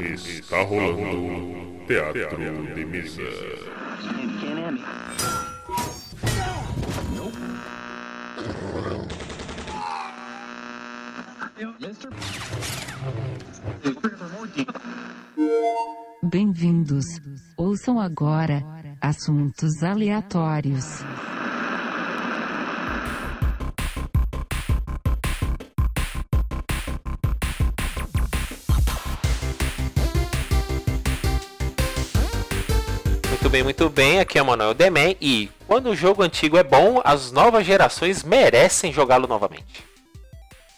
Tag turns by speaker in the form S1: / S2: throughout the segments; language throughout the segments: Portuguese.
S1: Está rolando teatro de mesa.
S2: Bem-vindos. Ouçam agora assuntos aleatórios.
S3: Muito bem, muito bem. Aqui é o Manuel Deman e quando o jogo antigo é bom, as novas gerações merecem jogá-lo novamente.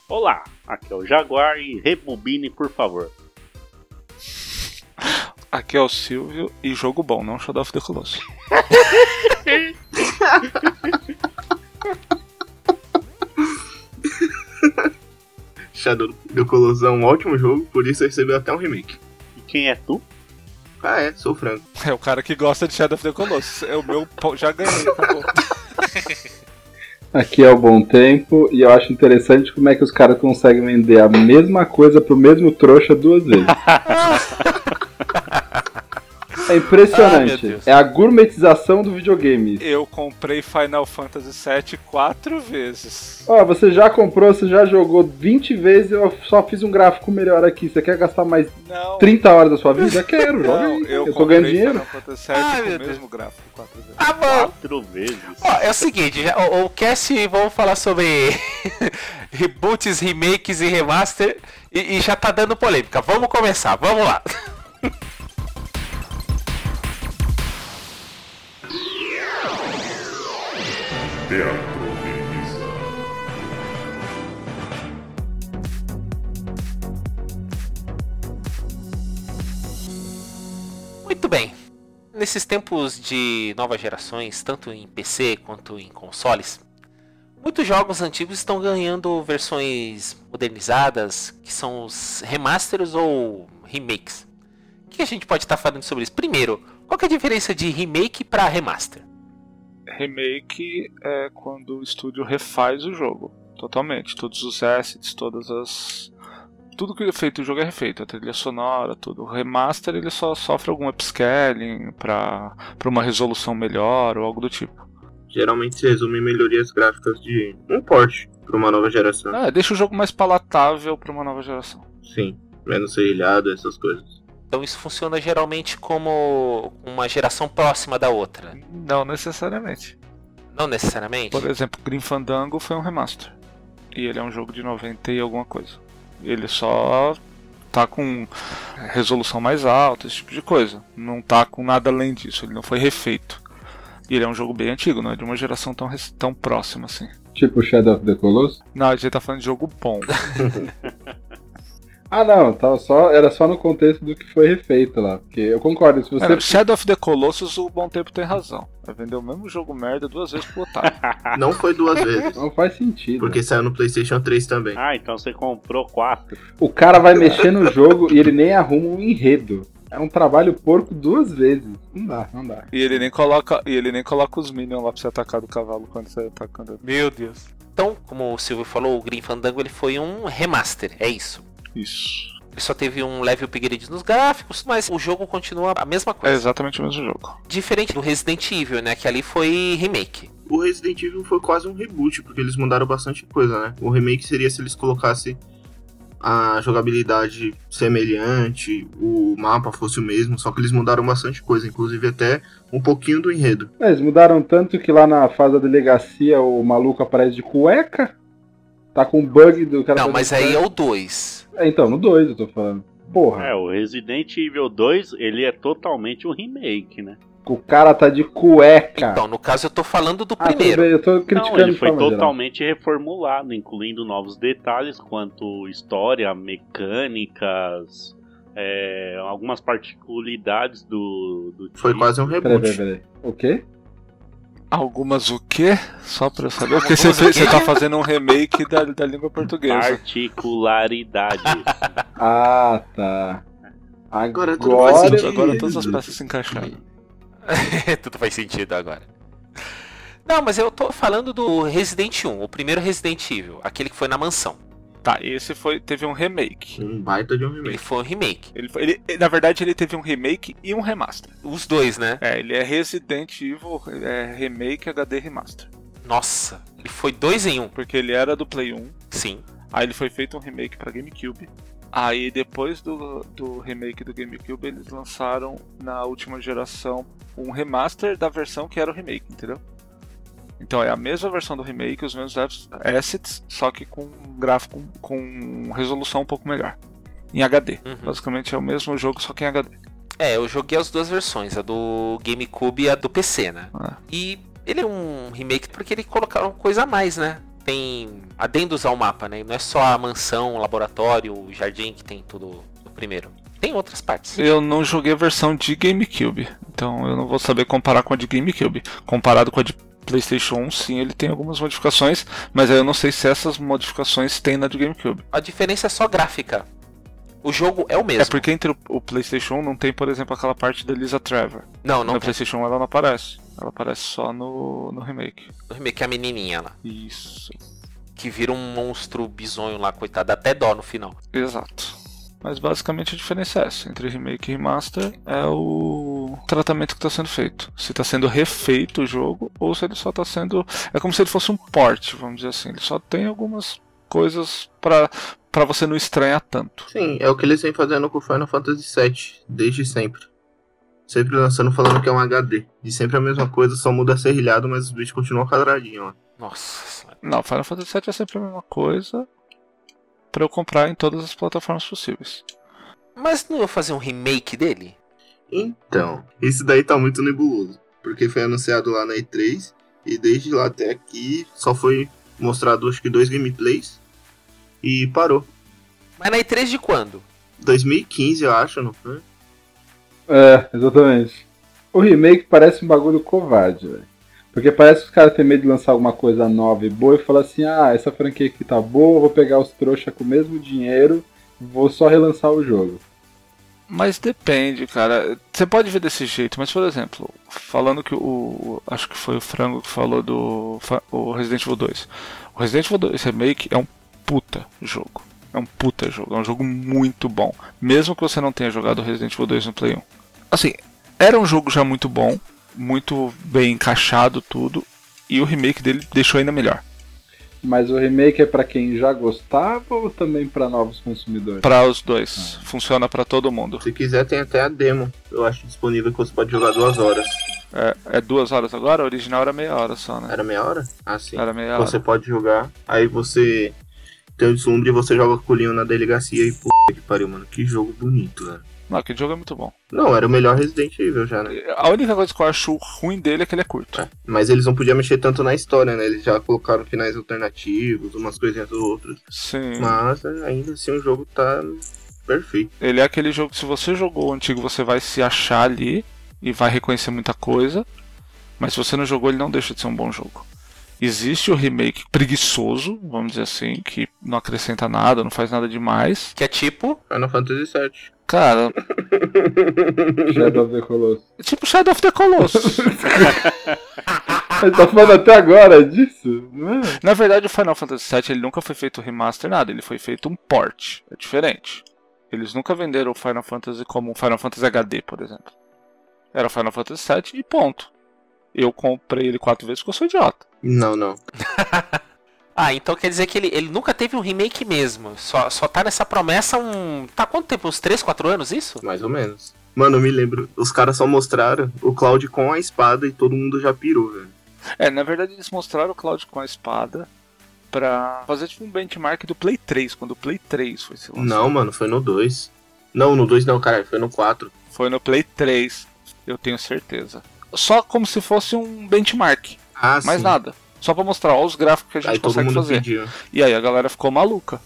S4: Olá, aqui é o Jaguar e rebobine, por favor.
S5: Aqui é o Silvio e jogo bom, não Shadow of the Colossus.
S6: Shadow do Colossus é um ótimo jogo, por isso recebeu até um remake.
S4: E quem é tu?
S6: Ah é, sou franco.
S5: É o cara que gosta de Shadow of the Colossus. É o meu pau, já ganhei, acabou.
S7: Aqui é o Bom Tempo e eu acho interessante como é que os caras conseguem vender a mesma coisa pro mesmo trouxa duas vezes. É
S3: Ah, meu
S7: impressionante.
S3: Deus.
S7: é a gourmetização do videogame.
S5: Eu comprei Final Fantasy VII quatro vezes.
S7: Ó, você já comprou, você já jogou 20 vezes, eu só fiz um gráfico melhor aqui. Você quer gastar mais
S5: Não.
S7: 30 horas da sua vida? Quero, joga
S5: Não,
S7: aí.
S5: eu,
S7: Eu, tô ganhando
S5: comprei
S7: dinheiro.
S5: Final Fantasy VII
S3: Ai,
S5: com
S3: meu
S5: o mesmo gráfico quatro vezes.
S3: Tá bom.
S4: Quatro vezes.
S3: Ó, é o seguinte, já- o, o cast vamos falar sobre reboots, remakes e remaster e, e já tá dando polêmica. Vamos começar, vamos lá.
S1: Teatro de mesa.
S3: Muito bem. Nesses tempos de novas gerações, tanto em PC quanto em consoles, muitos jogos antigos estão ganhando versões modernizadas, que são os remasters ou remakes. O que a gente pode estar falando sobre isso? Primeiro, qual que é a diferença de remake para remaster?
S5: Remake é quando o estúdio refaz o jogo totalmente, todos os assets, todas as tudo que é feito o jogo é refeito, a trilha sonora, tudo. O remaster ele só sofre algum upscaling pra para uma resolução melhor ou algo do tipo.
S6: Geralmente se resume em melhorias gráficas de um porte para uma nova geração.
S5: Ah, deixa o jogo mais palatável pra uma nova geração.
S6: Sim, menos serrilhado, essas coisas.
S3: Então isso funciona geralmente como uma geração próxima da outra.
S5: Não necessariamente.
S3: Não necessariamente.
S5: Por exemplo, Grim Fandango foi um remaster. E ele é um jogo de 90 e alguma coisa. Ele só tá com resolução mais alta, esse tipo de coisa. Não tá com nada além disso, ele não foi refeito. E ele é um jogo bem antigo, não é de uma geração tão, rec- tão próxima assim.
S7: Tipo Shadow of the Colossus.
S5: Não, a gente tá falando de jogo bom.
S7: Ah não, tava só, era só no contexto do que foi refeito lá. Porque eu concordo, se você
S5: Cara, Shadow of the Colossus, o Bom Tempo tem razão. Vai vender o mesmo jogo merda duas vezes pro otário.
S6: Não foi duas vezes,
S7: Não faz sentido.
S6: porque saiu no PlayStation 3 também.
S4: Ah, então você comprou quatro.
S7: O cara vai mexer no jogo e ele nem arruma um enredo. É um trabalho porco duas vezes. Não dá, não dá.
S5: E ele nem coloca, e ele nem coloca os minions lá pra você atacar do cavalo quando você tá atacando.
S3: Meu Deus. Então, como o Silvio falou, o Grim Fandango ele foi um remaster, é isso.
S5: Isso.
S3: Ele só teve um level upgrade nos gráficos, mas o jogo continua a mesma
S5: É
S3: coisa.
S5: exatamente o mesmo jogo.
S3: Diferente do Resident Evil, né? Que ali foi remake.
S6: O Resident Evil foi quase um reboot, porque eles mudaram bastante coisa, né? O remake seria se eles colocassem a jogabilidade semelhante, o mapa fosse o mesmo, só que eles mudaram bastante coisa, inclusive até um pouquinho do enredo.
S7: É, Eles mudaram tanto que lá na fase da delegacia o maluco aparece de cueca. Tá com um bug do cara.
S3: Não, mas aí é o 2.
S7: É, então, no 2 eu tô falando. Porra,
S4: É, o Resident Evil 2, ele é totalmente um remake, né?
S7: o cara tá de cueca.
S3: Então, no caso, eu tô falando do
S7: ah, tudo
S3: primeiro.
S7: bem, eu tô
S4: Não,
S7: criticando
S4: ele
S7: de
S4: foi
S7: forma geral.
S4: totalmente reformulado, incluindo novos detalhes quanto história, mecânicas, é, algumas particularidades do, do tipo,
S6: Foi
S4: título.
S6: quase um
S7: Peraí, peraí,
S6: reboot.
S7: peraí. O quê?
S5: Algumas o quê? Só pra eu saber. Porque você,
S3: Algumas o quê?
S5: você tá fazendo um remake da, da língua portuguesa.
S4: particularidades.
S7: Ah, tá. Agora,
S6: Agora tudo faz
S7: agora,
S6: sentido.
S5: Agora todas as peças se encaixaram.
S3: Tudo faz sentido agora. um, Não, mas eu tô falando do Resident 1, o primeiro Resident Evil, aquele que foi na mansão.
S5: Tá, esse foi teve um remake.
S6: Um baita de um
S3: Ele
S6: remake.
S3: foi um remake.
S5: Ele, foi- ele- na verdade, ele teve um remake e um remaster.
S3: Os dois, né?
S5: É, ele é Resident Evil é, Remake HD Remaster.
S3: Nossa, ele foi dois em um.
S5: Porque ele era do Play 1,
S3: Sim.
S5: aí ele foi feito um remake pra GameCube. Aí depois do, do remake do GameCube, eles lançaram na última geração um remaster da versão que era o remake, entendeu? Então é a mesma versão do remake, os mesmos ass- assets, só que com um gráfico com resolução um pouco melhor. Em HD.
S3: Uhum.
S5: Basicamente é o mesmo jogo, só que em HD.
S3: É, eu joguei as duas versões, a do GameCube e a do PC, né?
S5: Ah.
S3: E ele é um remake porque ele colocaram coisa a mais, né? Tem adendos ao mapa, né? Não é só a mansão, o laboratório, o jardim que tem tudo do primeiro. Tem outras partes.
S5: Eu não joguei a versão de GameCube, então eu não vou saber comparar com a de GameCube. Comparado com a de PlayStation 1, sim, ele tem algumas modificações, mas aí eu não sei se essas modificações tem na de GameCube.
S3: A diferença é só gráfica. O jogo é o mesmo.
S5: É porque entre o, o PlayStation 1 não tem, por exemplo, aquela parte da Lisa Trevor.
S3: Não, não
S5: no
S3: tem.
S5: PlayStation 1 ela não aparece. Ela aparece só no, no remake.
S3: O remake é a menininha lá.
S5: Isso.
S3: Que vira um monstro bizonho lá, coitado. dá Até dó no final.
S5: Exato. Mas basicamente a diferença é essa, entre remake e remaster é o tratamento que está sendo feito. Se está sendo refeito o jogo ou se ele só está sendo. É como se ele fosse um port, vamos dizer assim. Ele só tem algumas coisas para para você não estranhar tanto.
S6: Sim, é o que eles vêm fazendo com Final Fantasy VII, desde sempre. Sempre lançando falando que é um HD. E sempre a mesma coisa, só muda serrilhado, mas os bichos continuam quadradinhos, ó.
S3: Nossa senhora.
S5: Não, Final Fantasy VII é sempre a mesma coisa para eu comprar em todas as plataformas possíveis.
S3: Mas não ia fazer um remake dele?
S6: Então, isso daí tá muito nebuloso. Porque foi anunciado lá na E3, e desde lá até aqui só foi mostrado acho que dois gameplays. E parou.
S3: Mas na E3 de quando?
S6: 2015, eu acho, não foi?
S7: É, exatamente. O remake parece um bagulho covarde, velho. Porque parece que os caras têm medo de lançar alguma coisa nova e boa e falar assim: ah, essa franquia aqui tá boa, eu vou pegar os trouxa com o mesmo dinheiro, vou só relançar o jogo.
S5: Mas depende, cara. Você pode ver desse jeito, mas por exemplo, falando que o- o. Acho que foi o Frango que falou do. fa- O Resident Evil 2. O Resident Evil 2 Remake é um puta jogo. É um puta jogo. É um jogo muito bom. Mesmo que você não tenha jogado Resident Evil 2 no Play 1. Assim, era um jogo já muito bom, muito bem encaixado, tudo. E o remake dele deixou ainda melhor.
S7: Mas o remake é pra quem já gostava ou também pra novos consumidores?
S5: Pra os dois. Funciona pra todo mundo.
S6: Se quiser, tem até a demo, eu acho, disponível que você pode jogar duas horas.
S5: É, é duas horas agora? O original era meia hora só, né?
S6: Era meia hora? Ah, sim.
S5: Era meia hora.
S6: Você pode jogar, aí você tem o deslumbre e você joga com o Leon na delegacia e puta que pariu, mano. Que jogo bonito, velho.
S5: Não, aquele jogo é muito bom.
S6: Não, era o melhor Resident Evil já, né?
S5: A única coisa que eu acho ruim dele é que ele é curto.
S6: Mas eles não podiam mexer tanto na história, né? Eles já colocaram finais alternativos, umas coisinhas ou outras.
S5: Sim.
S6: Mas é, ainda assim o jogo tá perfeito.
S5: Ele é aquele jogo que se você jogou o antigo, você vai se achar ali e vai reconhecer muita coisa. Mas se você não jogou, ele não deixa de ser um bom jogo. Existe o remake preguiçoso, vamos dizer assim, que não acrescenta nada, não faz nada demais.
S3: Que é tipo.
S6: Final Fantasy VII.
S5: Cara,
S7: Shadow of the Colossus.
S5: é tipo Shadow of the Colossus.
S7: Ele tá falando até agora disso? Não é?
S5: Na verdade, o Final Fantasy VII ele nunca foi feito remaster nada, ele foi feito um port. É diferente. Eles nunca venderam o Final Fantasy como um Final Fantasy HD, por exemplo. Era o Final Fantasy VII e ponto. Eu comprei ele quatro vezes porque eu sou idiota.
S6: Não, não.
S3: Ah, então quer dizer que ele, ele nunca teve um remake mesmo. Só, só tá nessa promessa um. Tá quanto tempo? Uns 3, 4 anos isso?
S6: Mais ou menos. Mano, eu me lembro. Os caras só mostraram o Cloud com a espada e todo mundo já pirou, velho.
S5: É, na verdade eles mostraram o Cloud com a espada pra fazer tipo um benchmark do Play 3, quando o Play 3 foi se lançado.
S6: Não, mano, foi no 2. Não, no 2 não, cara, foi no 4.
S5: Foi no Play 3, eu tenho certeza. Só como se fosse um benchmark,
S6: Ah,
S5: mais
S6: sim.
S5: nada. Só pra mostrar ó, os gráficos que a gente
S6: Aí todo
S5: consegue
S6: mundo
S5: fazer.
S6: pediu.
S5: E aí a galera ficou maluca.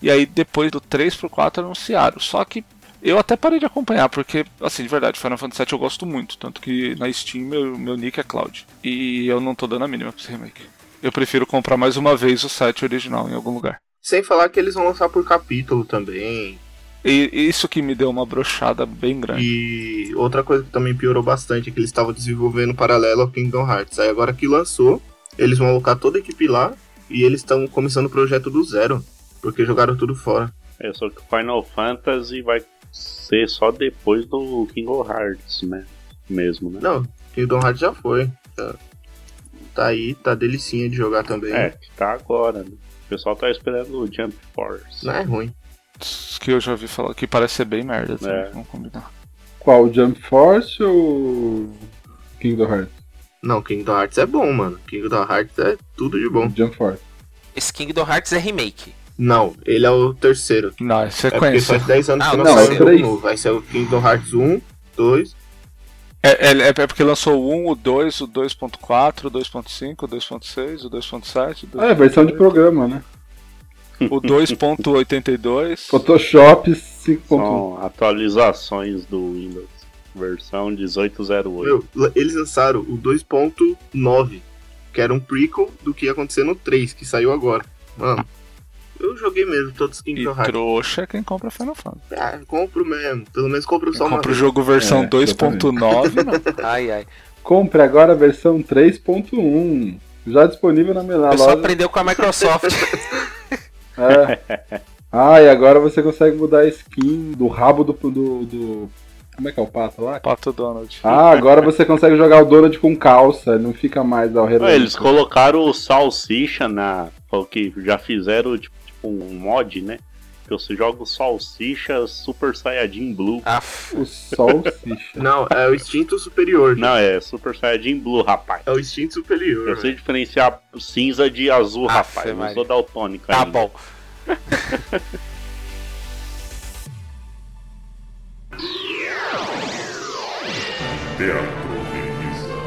S5: E aí depois do 3 pro 4 anunciaram. Só que eu até parei de acompanhar, porque, assim, de verdade, Final Fantasy VII eu gosto muito. Tanto que na Steam meu, meu nick é Cloud. E eu não tô dando a mínima pra esse remake. Eu prefiro comprar mais uma vez o site original em algum lugar.
S6: Sem falar que eles vão lançar por capítulo também.
S5: E isso que me deu uma brochada bem
S6: É.
S5: grande.
S6: E outra coisa que também piorou bastante é que eles estavam desenvolvendo paralelo ao Kingdom Hearts. Aí agora que lançou, eles vão alocar toda a equipe lá e eles estão começando o projeto do zero. Porque jogaram tudo fora.
S4: É, só que o Final Fantasy vai ser só depois do Kingdom Hearts, né? Mesmo, né?
S6: Não, Kingdom Hearts já foi. Tá, tá aí, tá delicinha de jogar também.
S4: É, que tá agora, né? O pessoal tá esperando o Jump Force.
S6: Não é ruim.
S5: Que eu já ouvi falar que parece ser bem merda, assim, também,
S4: É.
S5: vamos combinar.
S7: Qual? o Jump Force ou. Kingdom Hearts?
S6: Não, Kingdom Hearts é bom, mano. Kingdom Hearts é tudo de bom.
S7: Jump Force.
S3: Esse Kingdom Hearts é remake.
S6: Não, ele é o terceiro.
S5: Não, é
S6: É porque
S5: sequência.
S6: faz 10 anos
S3: Ah,
S6: que não,
S3: não,
S6: saiu
S3: é o
S6: jogo
S7: três.
S6: novo. Vai ser o Kingdom Hearts 1, 2.
S5: É, é- é porque lançou o 1, o 2, o 2.4, o 2.5, o 2.6, o 2.7, o
S7: Ah, é versão de programa, né?
S5: o 2.82.
S7: Photoshop 5.1.
S4: São atualizações do Windows. Versão 1808.
S6: Meu, la- eles lançaram o 2.9, que era um prequel do que ia acontecer no 3, que saiu agora. Mano, eu joguei mesmo todos os
S5: E
S6: Kingdom Hearts.
S5: trouxa é quem compra Final Fantasy.
S6: Ah, eu compro mesmo. Pelo menos compro só
S5: Quem
S6: uma
S5: compra o
S6: vez.
S5: jogo versão
S7: É,
S5: 2.9, não.
S3: Ai, ai.
S7: Compre agora a versão 3.1. Já disponível na minha
S3: O
S5: É
S7: na
S3: pessoal
S7: loja.
S3: aprendeu com a Microsoft.
S7: É. Ah, e agora você consegue mudar a skin do rabo do, do, do- Como é que é o pato lá?
S5: Pato Donald.
S7: Ah, agora você consegue jogar o Donald com calça, não fica mais ao redor.
S4: Ah, Eles colocaram o salsicha na. o Que já fizeram tipo, tipo um mod, né? Que você joga o salsicha Super Saiyajin Blue.
S3: Ah,
S7: O salsicha.
S6: Não, é o instinto superior.
S4: Não, é Super Saiyajin Blue, rapaz.
S6: É o instinto superior.
S4: Eu sei diferenciar cinza de azul,
S3: Aff,
S4: rapaz. Eu
S3: Maria.
S4: sou daltônico
S3: tá
S4: ainda.
S3: bom.
S1: Teatro Mimizan.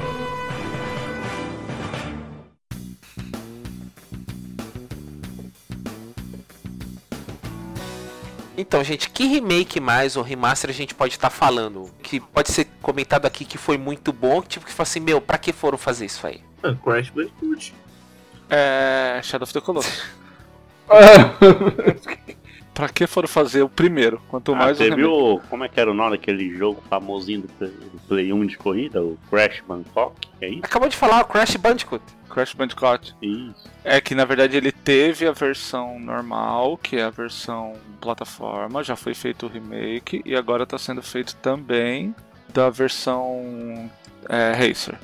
S3: Então, gente, que remake mais ou remaster a gente pode estar falando? Que pode ser comentado aqui que foi muito bom, que tipo que fala assim, meu, pra que foram fazer isso aí?
S6: Ah, Crash Bandicoot.
S5: É. Shadow of the Colossus. Pra que foram fazer o primeiro? Quanto
S4: Ah,
S5: mais o
S4: você
S5: remake.
S4: viu como é que era o nome daquele jogo famosinho do Play- do Play 1 de corrida? O Crash Bangkok? É isso?
S3: Acabou de falar o Crash Bandicoot.
S5: Crash Bandicoot.
S4: Isso.
S5: É que na verdade ele teve a versão normal, que é a versão plataforma, já foi feito o remake, e agora tá sendo feito também da versão é, Racer.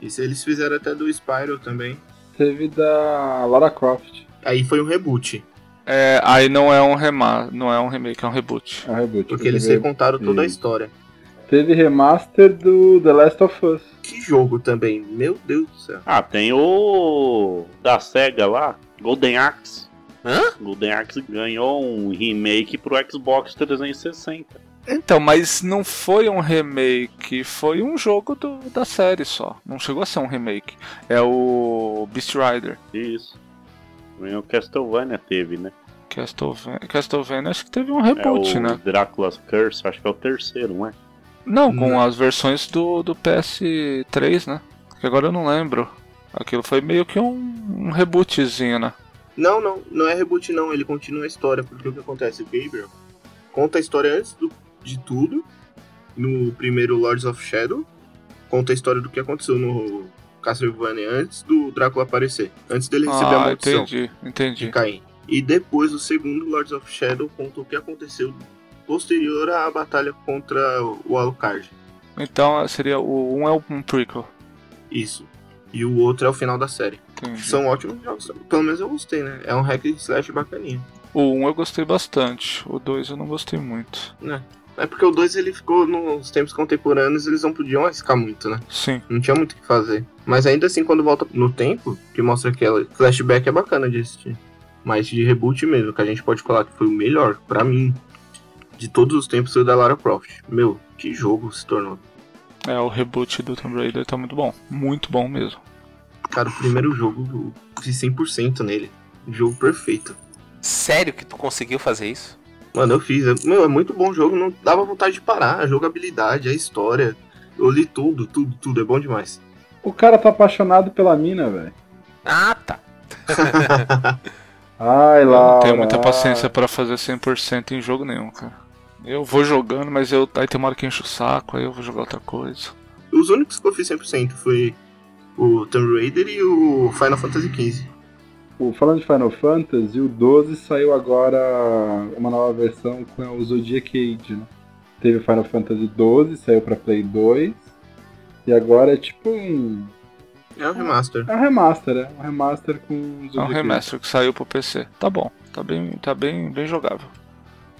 S6: Isso eles fizeram até do Spyro também.
S7: Teve da Lara Croft.
S6: Aí foi um reboot.
S5: É, aí não é um rema não é um remake, é um reboot.
S7: É um reboot.
S6: Porque eles
S7: teve,
S6: recontaram toda a
S7: Hum.
S6: história.
S7: teve remaster do The Last of Us.
S6: Que jogo também, meu Deus do céu.
S4: Ah, tem o. Da SEGA lá, Golden Axe.
S3: Hã?
S4: Golden Axe ganhou um remake pro Xbox 360.
S5: Então, mas não foi um remake, foi um jogo do- da série só. Não chegou a ser um remake. É o Beast Rider.
S4: Isso. Nem O Castlevania teve, né?
S5: Castlevania, Castlevania acho que teve um
S4: É o
S5: reboot, né?
S4: Drácula's Curse, acho que é o terceiro, não é?
S5: Não, com
S6: Não.
S5: as versões do, do PS3, né? Que agora eu não lembro. Aquilo foi meio que um, um rebootzinho, né?
S6: Não, não, não é reboot não, ele continua a história, porque o que acontece? O Gabriel conta a história antes do- de tudo, no primeiro Lords of Shadow, conta a história do que aconteceu no Castlevania antes do Drácula aparecer, antes dele receber a
S5: ah,
S6: maldição
S5: entendi,
S6: de
S5: entendi.
S6: Caim. E depois o segundo Lords of Shadow conta o que aconteceu posterior à batalha contra o Alucard.
S5: Então eh, seria o um é um prequel.
S6: Isso. E o outro é o final da série.
S5: Entendi.
S6: São ótimos jogos, pelo menos eu gostei, né? É um hack and slash bacaninha.
S5: O 1 um eu gostei bastante, o 2 eu não gostei muito.
S6: É porque o 2 ele ficou nos tempos contemporâneos, eles não podiam arriscar muito, né?
S5: Sim.
S6: Não tinha muito o que fazer. Mas ainda assim, quando volta no tempo, que mostra aquela flashback é bacana de assistir. Mas de reboot mesmo, que a gente pode falar que foi o melhor, pra mim, de todos os tempos, foi o da Lara Croft. Meu, que jogo se tornou.
S5: É, o reboot do Tomb Raider tá muito bom. Muito bom mesmo.
S6: Cara, o primeiro jogo, eu fiz 100% nele. Jogo perfeito.
S3: Sério que tu conseguiu fazer isso?
S6: Mano, eu fiz. é- Meu, é muito bom o jogo, não dava vontade de parar. A jogabilidade, a história. Eu li tudo, tudo, tudo. É bom demais.
S7: O cara tá apaixonado pela mina, velho.
S3: Ah, tá.
S7: Ai,
S5: Eu
S7: lá.
S5: não tenho
S6: né?
S5: muita paciência pra fazer 100% em jogo nenhum, cara. Eu vou jogando, mas eu aí tem uma hora que enche o saco, aí eu vou jogar outra coisa.
S6: Os únicos que eu fiz 100% foi o Tomb Raider e o Final Fantasy XV.
S7: O, falando de Final Fantasy, o 12 saiu agora uma nova versão com o Zodiac Age, né? Teve o Final Fantasy 12, saiu pra Play 2. E agora é tipo um.
S6: É um remaster.
S7: É um remaster, é. Um remaster com o Zodiac
S5: É um remaster que saiu pro PC. Tá bom, tá bem, tá bem, bem jogável.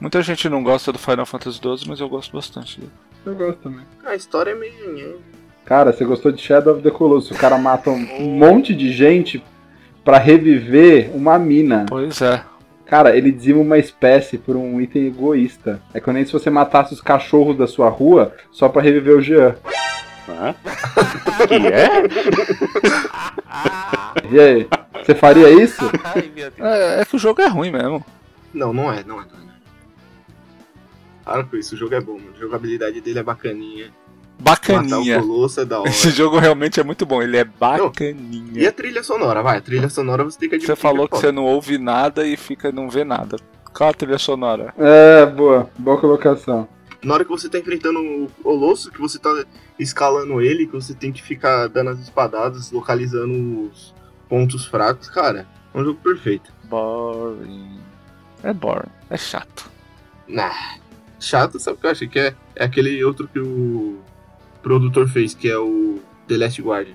S5: Muita gente não gosta do Final Fantasy XII, mas eu gosto bastante dele.
S7: Age. Eu gosto também.
S6: A história é meio.
S7: Cara, você gostou de Shadow of the Colossus? O cara mata um um monte de gente pra reviver uma mina.
S5: Pois é.
S7: Cara, ele dizima uma espécie por um item egoísta. É que nem se você matasse os cachorros da sua rua só pra reviver o Jean.
S4: Hã? que é?
S7: E aí? Você faria isso?
S3: Ai, meu Deus.
S5: é? É que o jogo é ruim mesmo.
S6: Não, não é, não é, não é. Claro que isso, o jogo é bom, mano. A jogabilidade dele é bacaninha. Matar o
S5: Bacaninha.
S6: Colosso é da hora.
S5: Esse jogo realmente é muito bom, ele é bacaninha.
S6: E a trilha sonora, vai. A trilha sonora você tem que
S5: Você
S6: admitir
S5: falou
S6: é
S5: que
S6: foda.
S5: você não ouve nada e fica não vê nada. Qual a trilha sonora?
S7: É, boa. Boa colocação.
S6: Na hora que você tá enfrentando o Colosso, que você tá escalando ele, que você tem que ficar dando as espadadas, localizando os pontos fracos, cara, é um jogo perfeito.
S5: Boring. É boring. É chato.
S6: Nah, chato, sabe o que eu acho que é? É aquele outro que o produtor fez, que é o The Last Guardian.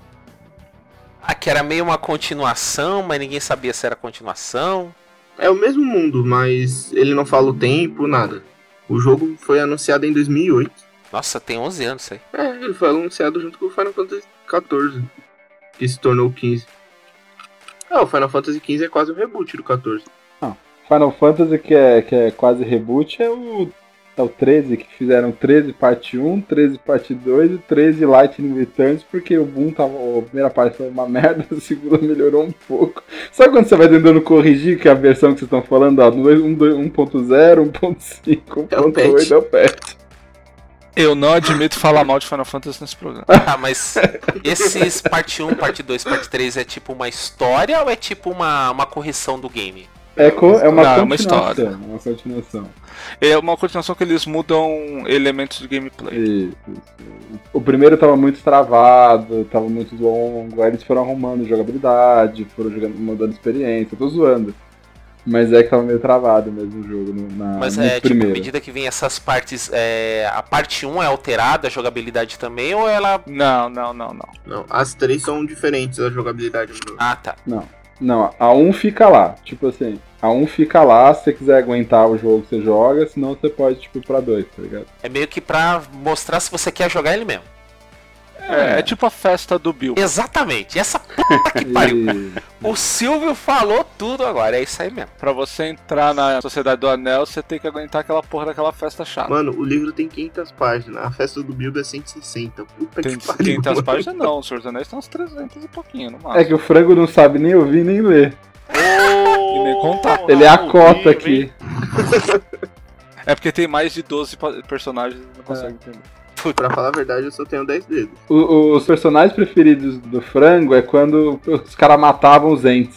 S3: Ah, que era meio uma continuação, mas ninguém sabia se era continuação.
S6: É o mesmo mundo, mas ele não fala o tempo, nada. O jogo foi anunciado em 2008.
S3: Nossa, tem 11 anos isso aí.
S6: É, ele foi anunciado junto com o Final Fantasy XIV, que se tornou o 15. Ah, o Final Fantasy XV é quase um reboot do 14.
S7: Final Fantasy, que é, que é quase reboot, é o, é o 13, que fizeram 13 parte 1, 13 parte 2 e 13 Lightning Returns, porque o Boom tava. A primeira parte foi uma merda, a segunda melhorou um pouco. Sabe quando você vai tentando corrigir que é a versão que vocês estão falando, ó, 1.0, 1.5, 1.8,
S6: É o patch.
S7: é o patch.
S5: Eu não admito falar mal de Final Fantasy nesse programa.
S3: Ah, mas esses parte 1, parte 2, parte 3 é tipo uma história ou é tipo uma, uma correção do game?
S7: É, co- é
S5: Não,
S7: uma
S5: é
S7: continuação.
S5: uma história.
S7: É uma continuação.
S5: É uma continuação que eles mudam elementos de gameplay.
S7: E- o primeiro tava muito travado, tava muito longo, aí eles foram arrumando jogabilidade, foram jogando, mudando experiência, eu tô zoando. Mas é que tava meio travado mesmo o jogo no, na,
S3: Mas
S7: no
S3: é tipo, à
S7: primeiro.
S3: medida que vem essas partes, é, a parte 1 é alterada, a jogabilidade também, ou ela.
S5: Não, não, não, não.
S6: Não, as três são diferentes a jogabilidade. do jogo.
S3: Ah, tá.
S7: Não, a 1 um fica lá, tipo assim, a 1 um fica lá, se você quiser aguentar o jogo você joga, senão você pode tipo ir pra 2, tá ligado?
S3: É meio que pra mostrar se você quer jogar ele mesmo.
S5: É, é tipo a festa do Bill.
S3: Exatamente. Essa puta que pariu.
S7: E-
S3: O Silvio falou tudo agora, é isso aí mesmo.
S5: Pra você entrar na Sociedade do Anel, você tem que aguentar aquela porra daquela festa chata.
S6: Mano, o livro tem 500 páginas, a festa do Bilbo é 160. Puta
S5: Tem
S6: que pariu.
S5: 500
S6: mano.
S5: páginas não, o Senhor dos Anéis tem uns 300 e pouquinho, no máximo.
S7: É que o frango não sabe nem ouvir nem ler.
S5: E nem contar.
S7: Ele é a cota
S4: vivo,
S7: aqui.
S5: É porque tem mais de 12 pa- personagens e não
S7: É.
S5: consegue entender.
S6: Pra falar a verdade, eu só tenho 10 dedos.
S7: O- os personagens preferidos do frango é quando os caras matavam os entes.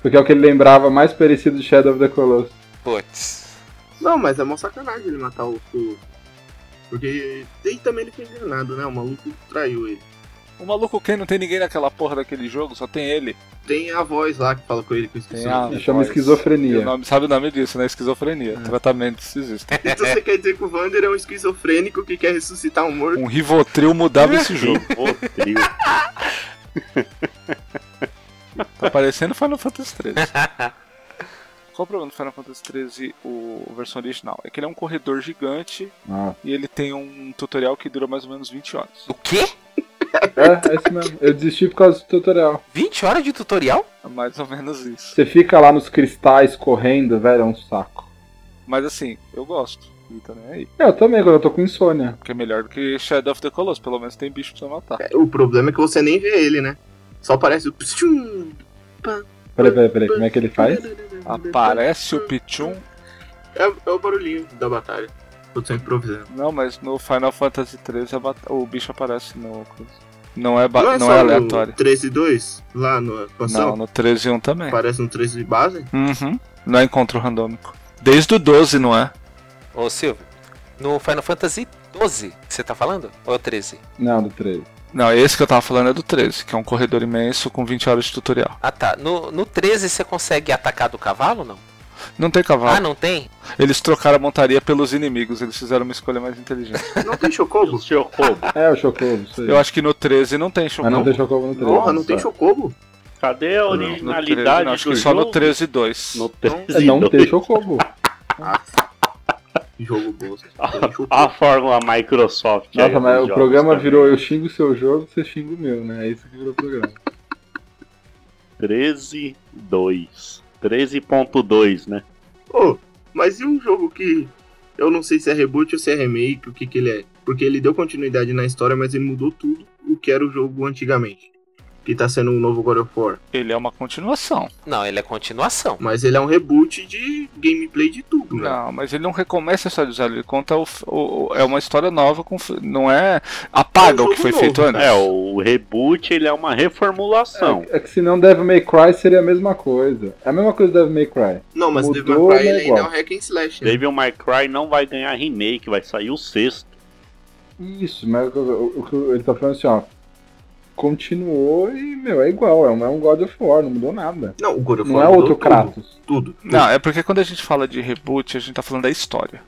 S7: Porque é o que ele lembrava mais parecido de Shadow of the Colossus.
S3: Putz.
S6: Não, mas é uma sacanagem ele matar o. o- Porque ele também ele foi enganado, né? O maluco traiu ele.
S5: O maluco quem não tem ninguém naquela porra daquele jogo, só tem ele.
S6: Tem a voz lá que fala com ele que eu esqueci.
S5: Tem a-
S6: o
S7: Ele
S6: nome.
S7: chama
S5: Rapaz, E
S7: esquizofrenia.
S5: o nome, sabe o nome disso, né? Esquizofrenia. Tratamentos existem.
S6: Então você quer dizer que o Vander é um esquizofrênico que quer ressuscitar um morto?
S5: Um Rivotril mudava esse jogo.
S4: Rivotril.
S5: Tá parecendo Final Fantasy XIII. Qual o problema do Final Fantasy XIII, o a versão original? É que ele é um corredor gigante
S7: Ah,
S5: e ele tem um tutorial que dura mais ou menos 20 horas.
S3: O quê?
S7: é, é isso mesmo. Eu desisti por causa do tutorial.
S3: 20 horas de tutorial?
S5: É Mais ou menos isso.
S7: Você fica lá nos cristais correndo, velho, é um saco. É,
S5: Mas assim, eu gosto. E tá nem aí.
S7: Eu também, quando eu tô com insônia.
S5: Porque é melhor do que Shadow of the Colossus. Pelo menos tem bicho pra você matar.
S6: O problema é que você nem vê ele, né? Só aparece o. pstchum.
S7: Peraí, peraí, peraí, como é que ele faz?
S5: Aparece o Pichun?
S6: É, é o barulhinho da batalha. Eu tô improvisando.
S5: Não, mas no Final Fantasy XIII a bat- o bicho aparece no. Não é, ba- não é,
S6: só no
S5: aleatório.
S6: 13 e 2? Lá na
S5: Não, é.
S6: expansão?
S5: no 13 e 1 também.
S6: Aparece no 13 de base?
S5: Uhum. Não é encontro randômico. Desde o 12, não é?
S3: Ô Silvio, no Final Fantasy 12 que você tá falando? Ou é o 13?
S7: Não, do 3.
S5: Não, esse que eu tava falando é do 13, que é um corredor imenso com 20 horas de tutorial.
S3: Ah tá. No, no 13 você consegue atacar do cavalo não?
S5: Não tem cavalo.
S3: Ah, não tem?
S5: Eles trocaram a montaria pelos inimigos, eles fizeram uma escolha mais inteligente.
S6: Não tem chocobo?
S4: Chocobo.
S7: É, o Chocobo, isso aí.
S5: eu acho que no 13 não tem
S7: Mas não
S5: chocobo.
S7: tem Chocobo no 13.
S6: Porra, não tem chocobo?
S4: Cadê a
S5: No
S4: originalidade
S5: 13 não, acho
S4: do
S5: que só
S4: jogo?
S5: no 13 2.
S4: No
S7: É,
S4: 13
S7: não tem
S4: dois.
S7: Chocobo.
S6: Jogo bosta. Não tem chocobo.
S5: Ah.
S4: A fórmula Microsoft. aí
S7: Nossa,
S4: dos
S7: mas o
S4: jogos
S7: programa
S4: também.
S7: virou eu xingo o seu jogo, você xinga o meu, né? É isso que virou o programa.
S4: 13, 2. 13.2, né?
S6: Ô, mas e um jogo que eu não sei se é reboot ou se é remake, o que que ele é? Porque ele deu continuidade na história, mas ele mudou tudo o que era o jogo antigamente. Que tá sendo um novo God of War.
S5: Ele é uma continuação.
S3: Não, ele é continuação.
S6: Mas ele é um reboot de gameplay de tudo,
S7: Ah,
S6: né?
S5: Não, mas ele não recomeça a história do zero, ele conta o, f- o- o- é uma história nova com f- não é apaga
S6: É um
S5: o que
S6: jogo
S5: foi
S6: novo.
S5: feito antes.
S4: É, o reboot ele é uma reformulação.
S7: É que se não Devil May Cry seria a mesma coisa. É a mesma coisa do Devil May Cry.
S6: Não, mas o
S7: Mudou,
S6: Devil May Cry ele
S7: né,
S6: ainda
S7: igual.
S6: é um hack and slash. né?
S4: Devil May Cry não vai ganhar remake, vai sair o sexto.
S6: um
S7: Isso, mas o que- o que ele tá falando assim, ó. Continuou e, meu, é igual. É um, é um God of War, não mudou nada.
S6: Não, o God of
S7: Não
S6: War
S7: é
S6: mudou
S7: outro
S6: tudo,
S7: Kratos.
S6: Tudo.
S5: Não, é porque quando a gente fala de reboot, a gente tá falando da história.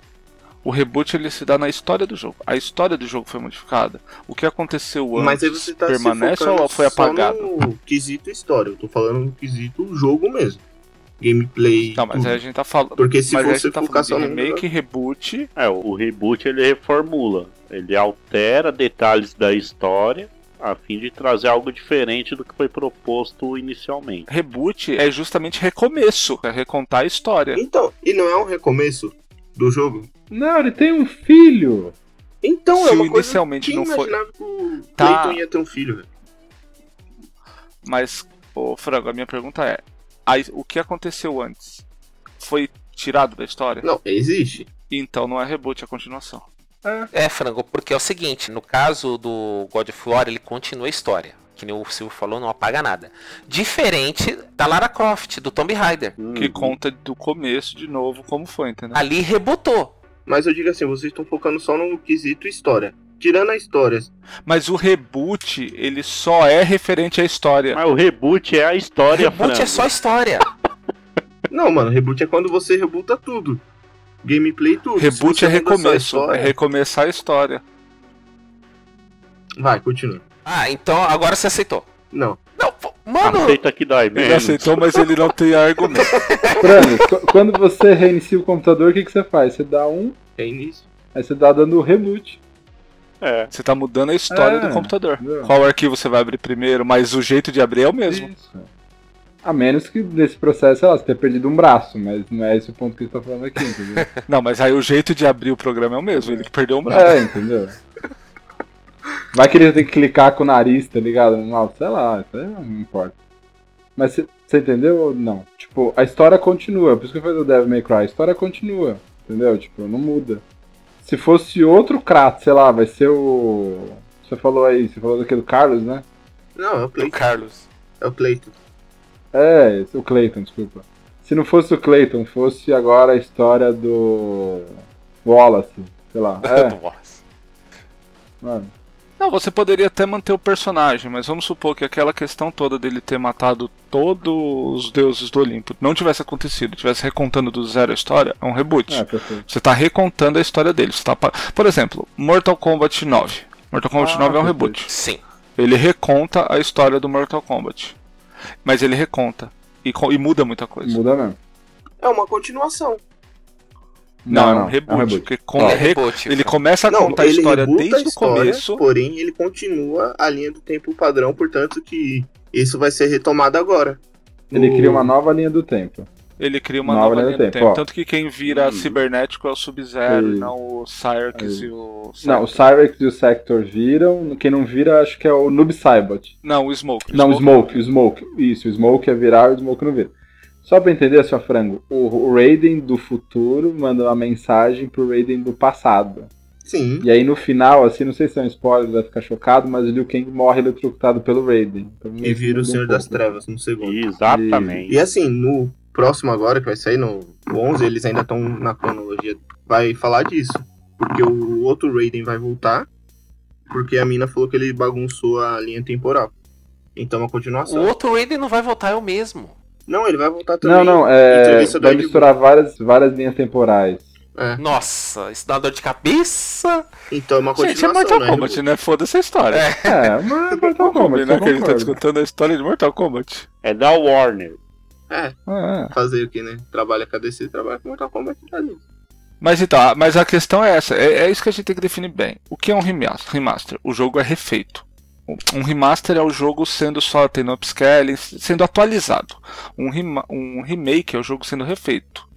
S5: O reboot ele se dá na história do jogo. A história do jogo foi modificada. O que aconteceu antes
S6: Mas aí você tá
S5: permanece
S6: se focando
S5: ou foi
S6: só
S5: apagado?
S6: no quesito história. Eu tô falando no quesito jogo mesmo. Gameplay.
S5: Não, mas
S6: tudo.
S5: aí a gente tá falando.
S6: Porque se
S5: mas aí a
S6: você
S5: gente tá
S6: focar
S5: falando de
S6: só no
S5: remake, reboot,
S4: É, o reboot ele reformula. Ele altera detalhes da história a fim de trazer algo diferente do que foi proposto inicialmente.
S5: Reboot é justamente recomeço, é recontar a história.
S6: Então, e não é um recomeço do jogo?
S7: Não, ele tem um filho.
S6: Então,
S5: Se
S6: é uma
S5: o
S6: coisa
S5: inicialmente
S6: que
S5: não foi-
S6: imaginava que o
S5: Tá.
S6: Clayton ia ter um filho, velho.
S5: Mas, ô Frango, a minha pergunta é: a his- o que aconteceu antes? Foi tirado da história?
S6: Não, existe.
S5: Então não é reboot, é continuação.
S3: É, frango, porque é o seguinte, no caso do God of War, ele continua a história. Que nem o Silvio falou, não apaga nada. Diferente da Lara Croft, do Tomb Raider.
S5: Que
S6: Uhum.
S5: conta do começo de novo como foi, entendeu?
S3: Ali rebotou.
S6: Mas eu digo assim, vocês estão focando só no quesito história. Tirando a história.
S5: Mas o reboot, ele só é referente à história.
S4: Mas o reboot é a história,
S3: Reboot é
S4: frango.
S3: só história.
S6: Não, mano, reboot é quando você rebuta tudo. Gameplay e tudo. Se
S5: Reboot
S6: você
S5: é
S6: mudou só a
S5: recomeço, é
S6: história-
S5: recomeçar a história.
S6: Vai, continua.
S3: Ah, então agora você aceitou.
S6: Não.
S3: Não, pô, mano,
S4: Aceita que dói
S5: Ele
S4: menos.
S5: aceitou, mas ele não tem argumento.
S7: Prano, qu- quando você reinicia o computador, o que, que você faz? Você dá um,
S6: É início.
S7: aí você dá dando o reboot.
S4: É.
S5: Você tá mudando a história
S7: É.
S5: do computador.
S7: Não.
S5: Qual arquivo você vai abrir primeiro, mas o jeito de abrir é o mesmo.
S7: Isso. A menos que nesse processo, sei lá, você tenha perdido um braço, mas não é esse o ponto que ele tá falando aqui, entendeu?
S5: Não, mas aí o jeito de abrir o programa é o mesmo, ele que perdeu um braço.
S7: É, entendeu? Vai que ele tem que clicar com o nariz, tá ligado? Não, sei lá, isso aí não importa. Mas você entendeu ou não? Tipo, a história continua, por isso que eu falei do Devil May Cry, a história continua, entendeu? Tipo, não muda. Se fosse outro Kratos, sei lá, vai ser o... Você falou aí, você falou daquele do Carlos, né?
S6: Não, é o
S3: do
S6: Clayton.
S3: Carlos.
S6: É o Clayton.
S7: É, esse- o Clayton, desculpa. Se não fosse o Clayton, fosse agora a história do Wallace, sei lá.
S3: Do
S7: É,
S3: Wallace.
S7: mano.
S5: Não, você poderia até manter o personagem, mas vamos supor que aquela questão toda dele ter matado todos os deuses do Olimpo não tivesse acontecido, tivesse recontando do zero a história, é um reboot.
S7: É, perfeito.
S5: Você tá recontando a história dele. Você tá pa- Por exemplo, Mortal Kombat 9. Mortal Kombat
S7: Ah,
S5: 9 é um
S7: perfeito.
S5: reboot.
S3: Sim.
S5: Ele reconta a história do Mortal Kombat. Mas ele reconta. E, co- e muda muita coisa.
S7: Muda mesmo.
S6: É uma continuação.
S5: Não, é um
S7: é um
S5: reboot.
S7: reboot.
S5: porque
S3: Ele
S5: con-
S3: é
S5: re-
S3: reboot.
S5: Ele começa a contar a
S6: ele
S5: história
S6: rebuta
S5: desde
S6: a história,
S5: o começo.
S6: Porém, ele continua a linha do tempo padrão, portanto que isso vai ser retomado agora.
S7: Ele
S6: O-
S7: cria uma nova linha do tempo.
S5: Ele cria uma
S7: Nova
S5: nova
S7: linha
S5: linha
S7: do
S5: do
S7: tempo,
S5: tempo.
S7: ó.
S5: Tanto que quem vira
S4: Hum.
S5: cibernético é o Sub-Zero,
S7: Aí.
S5: e não o Cyrix e o.
S7: Não, o Cyrex e o Sector viram. Quem não vira, acho que é o Noob Saibot.
S5: Não, o Smoke.
S7: Não, o Smoke, o Smoke. Isso, o Smoke é virar e o Smoke não vira. Só pra entender, seu frango, o o Raiden do futuro manda uma mensagem pro Raiden do passado.
S6: Sim.
S7: E aí no final, assim, não sei se é um spoiler, vai ficar chocado, mas o Liu Kang morre eletrocutado pelo Raiden. Então,
S6: E
S7: isso
S6: vira o
S7: muda um
S6: Senhor das
S7: pouco.
S6: Trevas no segundo.
S4: Exatamente.
S6: é E assim, no próximo agora, que vai sair no 11, eles ainda estão na cronologia, vai falar disso. Porque o outro Raiden vai voltar porque a mina falou que ele bagunçou a linha temporal. Então, a
S3: O
S6: continuação.
S3: outro Raiden não vai voltar, é o mesmo.
S6: Não, ele vai voltar também.
S7: Não, não, é.
S6: Entrevista do
S7: Vai
S6: Ed
S7: misturar várias, várias linhas temporais.
S6: É.
S3: Nossa, isso dá uma dor de cabeça.
S6: Então é uma
S5: Gente, é
S6: continuação,
S5: Mortal
S6: né?
S5: Kombat, né? Foda-se a história. É,
S7: É, mas é Mortal Kombat.
S5: combinar
S7: eu
S5: que a gente tá
S7: concordo.
S5: escutando a história de Mortal Kombat.
S4: É da Warner.
S6: É,
S7: Ah,
S6: fazer o que, né? Trabalha com a DC, trabalha com Mortal Kombat. tá ali.
S5: Mas então, ah, mas a questão é essa, é, é isso que a gente tem que definir bem. O que é um remas- remaster? O jogo é refeito. Um- Um remaster é o jogo sendo só tendo upscaling, s- sendo atualizado. Um, rema- um remake é o jogo sendo refeito.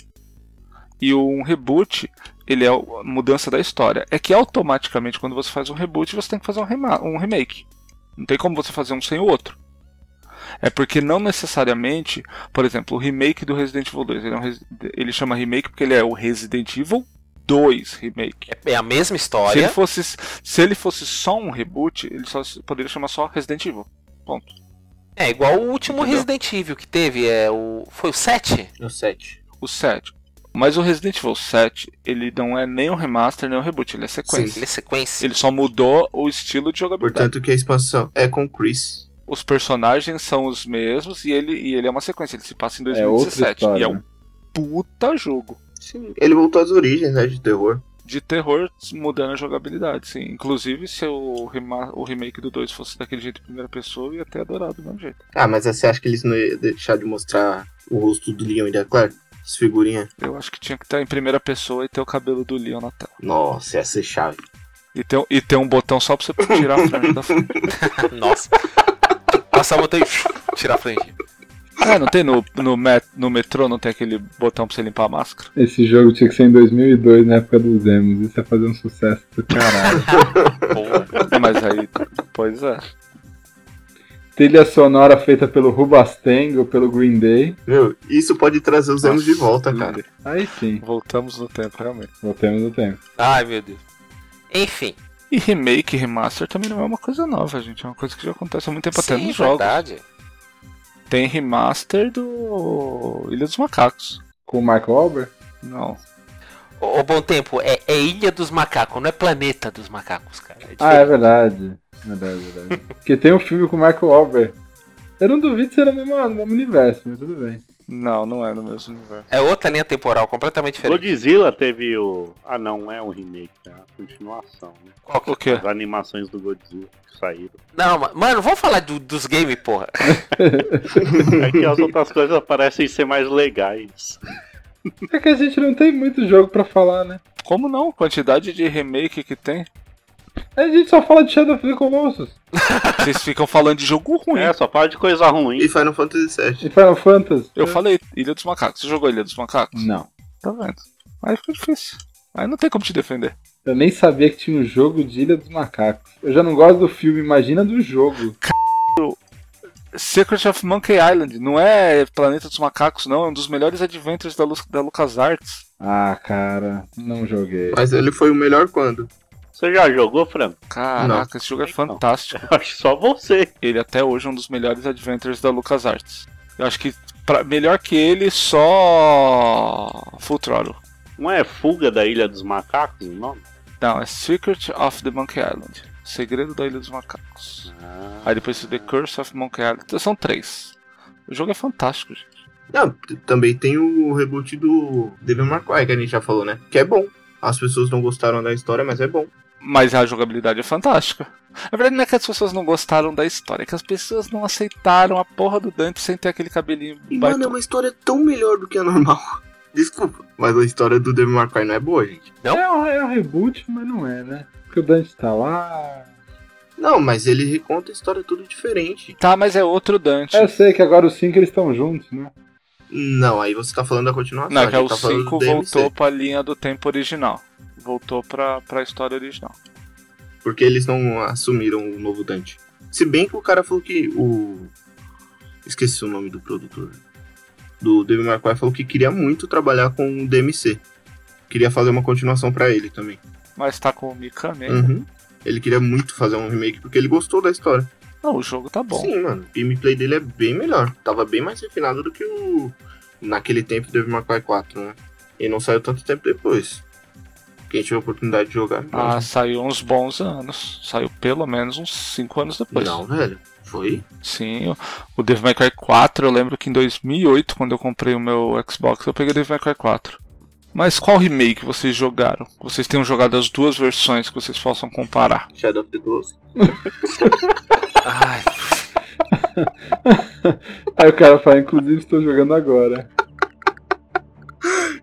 S5: E um reboot, ele é o- a mudança da história. É que automaticamente quando você faz um reboot, você tem que fazer um, rema- um remake. Não tem como você fazer um sem o outro. É porque não necessariamente por exemplo, o remake do Resident Evil 2. Ele, é um resi- ele chama remake porque ele é o Resident Evil 2 remake.
S3: É- É a mesma
S5: Se ele,
S3: história.
S5: fosse, se ele fosse só um reboot, ele só se- poderia chamar só Resident Evil. Ponto.
S3: É igual o último
S5: Entendeu?
S3: Resident Evil que teve, é o. Foi o 7?
S6: No 7.
S5: O 7. Mas o Resident Evil 7, ele não é nem um remaster, nem um reboot, ele é sequência.
S3: Ele é sequência.
S5: Ele só mudou o estilo de jogabilidade.
S6: Portanto, que a expansão é com o Chris.
S5: Os personagens são os mesmos e ele, e ele é uma sequência. Ele se passa em
S7: É outra
S5: 2017. e
S7: história.
S5: é um puta jogo.
S6: Sim, ele voltou às origens, né? De terror.
S5: de terror mudando a jogabilidade, sim. Inclusive, se o, rema- o remake do 2 fosse daquele jeito em primeira pessoa, eu ia ter adorado do mesmo jeito.
S6: Ah, mas você acha que eles não iam deixar de mostrar o rosto do Leon e da Claire? As figurinhas?
S5: Eu acho que tinha que estar em primeira pessoa e ter o cabelo do Leon na tela.
S6: Nossa, essa é chave.
S5: E ter, e ter um botão só pra você tirar a franja da frente.
S3: Nossa. Passar o botão e tirar a frente.
S5: Ah, não tem no, no, met- no metrô, não tem aquele botão pra você limpar a máscara?
S7: Esse jogo tinha que ser em 2002, na época dos demos. Isso ia fazer um sucesso do caralho.
S3: Boa.
S5: Mas aí, pois é.
S7: Trilha sonora feita pelo Rubastengo, pelo Green Day.
S6: Meu, isso pode trazer os anos de volta, cara.
S7: Aí sim,
S5: Voltamos no tempo, realmente.
S7: voltemos no tempo.
S3: Ai, meu Deus. Enfim.
S5: E remake, remaster também não é uma coisa nova, gente. É uma coisa que já acontece há muito tempo até
S3: sim,
S5: É nos jogos.
S3: verdade.
S5: Tem remaster do Ilha dos Macacos.
S7: Com o Michael Albert?
S5: Não.
S3: Ô, ô, bom tempo, é, é Ilha dos Macacos, não é Planeta dos Macacos, cara. É
S7: Ah, é
S3: diferente.
S7: verdade. Verdade, verdade. Porque tem um filme com o Michael Albert. Eu não duvido ser no mesmo, no mesmo universo, mas tudo bem.
S5: Não, não é no mesmo universo.
S3: é outra linha temporal, completamente diferente.
S4: Godzilla teve o. Ah, não, é um remake, é a continuação, né?
S3: Qual que-
S5: O quê?
S4: As animações do Godzilla que saíram.
S3: Não, ma- mano, vamos falar do- dos games, porra.
S4: É que as outras coisas parecem ser mais legais.
S7: É que a gente não tem muito jogo pra falar, né?
S5: Como não? Quantidade de remake que tem.
S7: A gente só fala de Shadow of the Colossus.
S5: Vocês ficam falando de jogo ruim.
S4: É, só fala de coisa ruim.
S6: E Final Fantasy VII.
S7: E Final Fantasy.
S5: Eu falei Ilha dos Macacos. Você jogou Ilha dos Macacos?
S7: Não.
S5: Tá vendo? Aí fica difícil. Aí não tem como te defender.
S7: Eu nem sabia que tinha um jogo de Ilha dos Macacos. Eu já não gosto do filme, imagina do jogo.
S5: Secret of Monkey Island não é Planeta dos Macacos, não. É um dos melhores adventures da, Lu da LucasArts.
S7: Ah, cara, não joguei.
S6: Mas ele foi o melhor quando?
S4: Você já jogou, Franco?
S5: Caraca,
S6: Não.
S5: esse jogo é fantástico.
S4: Eu acho que só você.
S5: Ele até hoje é um dos melhores adventures da LucasArts. Eu acho que pra- melhor que ele, só Full Throttle.
S4: Não é Fuga da Ilha dos Macacos o nome?
S5: Não, é Secret of the Monkey Island. Segredo da Ilha dos Macacos.
S4: Ah,
S5: Aí depois The Curse of Monkey Island. Então, São três. O jogo é fantástico, gente.
S6: Não, t- também tem o reboot do Devil May Cry, que a gente já falou, né? Que é bom. As pessoas não gostaram da história, mas é bom.
S5: Mas a jogabilidade é fantástica. Na verdade, não é que as pessoas não gostaram da história, é que as pessoas não aceitaram a porra do Dante sem ter aquele cabelinho
S6: E, mano, é
S5: baitola.
S6: uma história tão melhor do que a normal. Desculpa, mas a história do Devil May Cry não é boa, gente.
S3: Não?
S7: É, um, é um reboot, mas não é, né? Porque o Dante tá lá.
S6: Não, mas ele reconta a história tudo diferente.
S5: Tá, mas é outro Dante.
S7: Eu sei que agora os cinco eles estão juntos, né?
S6: Não, aí você tá falando da continuação.
S5: Não,
S6: a
S5: que é
S6: gente
S5: o
S6: tá falando do
S5: 5
S6: DMC,
S5: voltou pra linha do tempo original. Voltou pra, pra história original.
S6: Porque eles não assumiram o novo Dante. Se bem que o cara falou que o. Esqueci o nome do produtor. Do Devil May Cry falou que queria muito trabalhar com o DMC. Queria fazer uma continuação pra ele também.
S5: Mas tá com o Mikami. ainda.
S6: Uhum. Ele queria muito fazer um remake porque ele gostou da história.
S5: Não, o jogo tá bom.
S6: Sim, mano. O gameplay dele é bem melhor. Tava bem mais refinado do que o. Naquele tempo Devil May Cry 4, né? E não saiu tanto
S3: Uhum.
S6: tempo depois. Quem tiver oportunidade de jogar.
S5: Ah, saiu uns bons anos. Saiu pelo menos uns 5 anos depois.
S6: Não, velho. Foi?
S5: Sim, o- o Devil May Cry 4, eu lembro que em 2008, quando eu comprei o meu Xbox, eu peguei o Devil May Cry 4. Mas qual remake vocês jogaram? Vocês tenham jogado as duas versões que vocês possam comparar.
S6: Shadow of the Ghost.
S3: Ai,
S7: Aí o cara fala, inclusive estou jogando agora.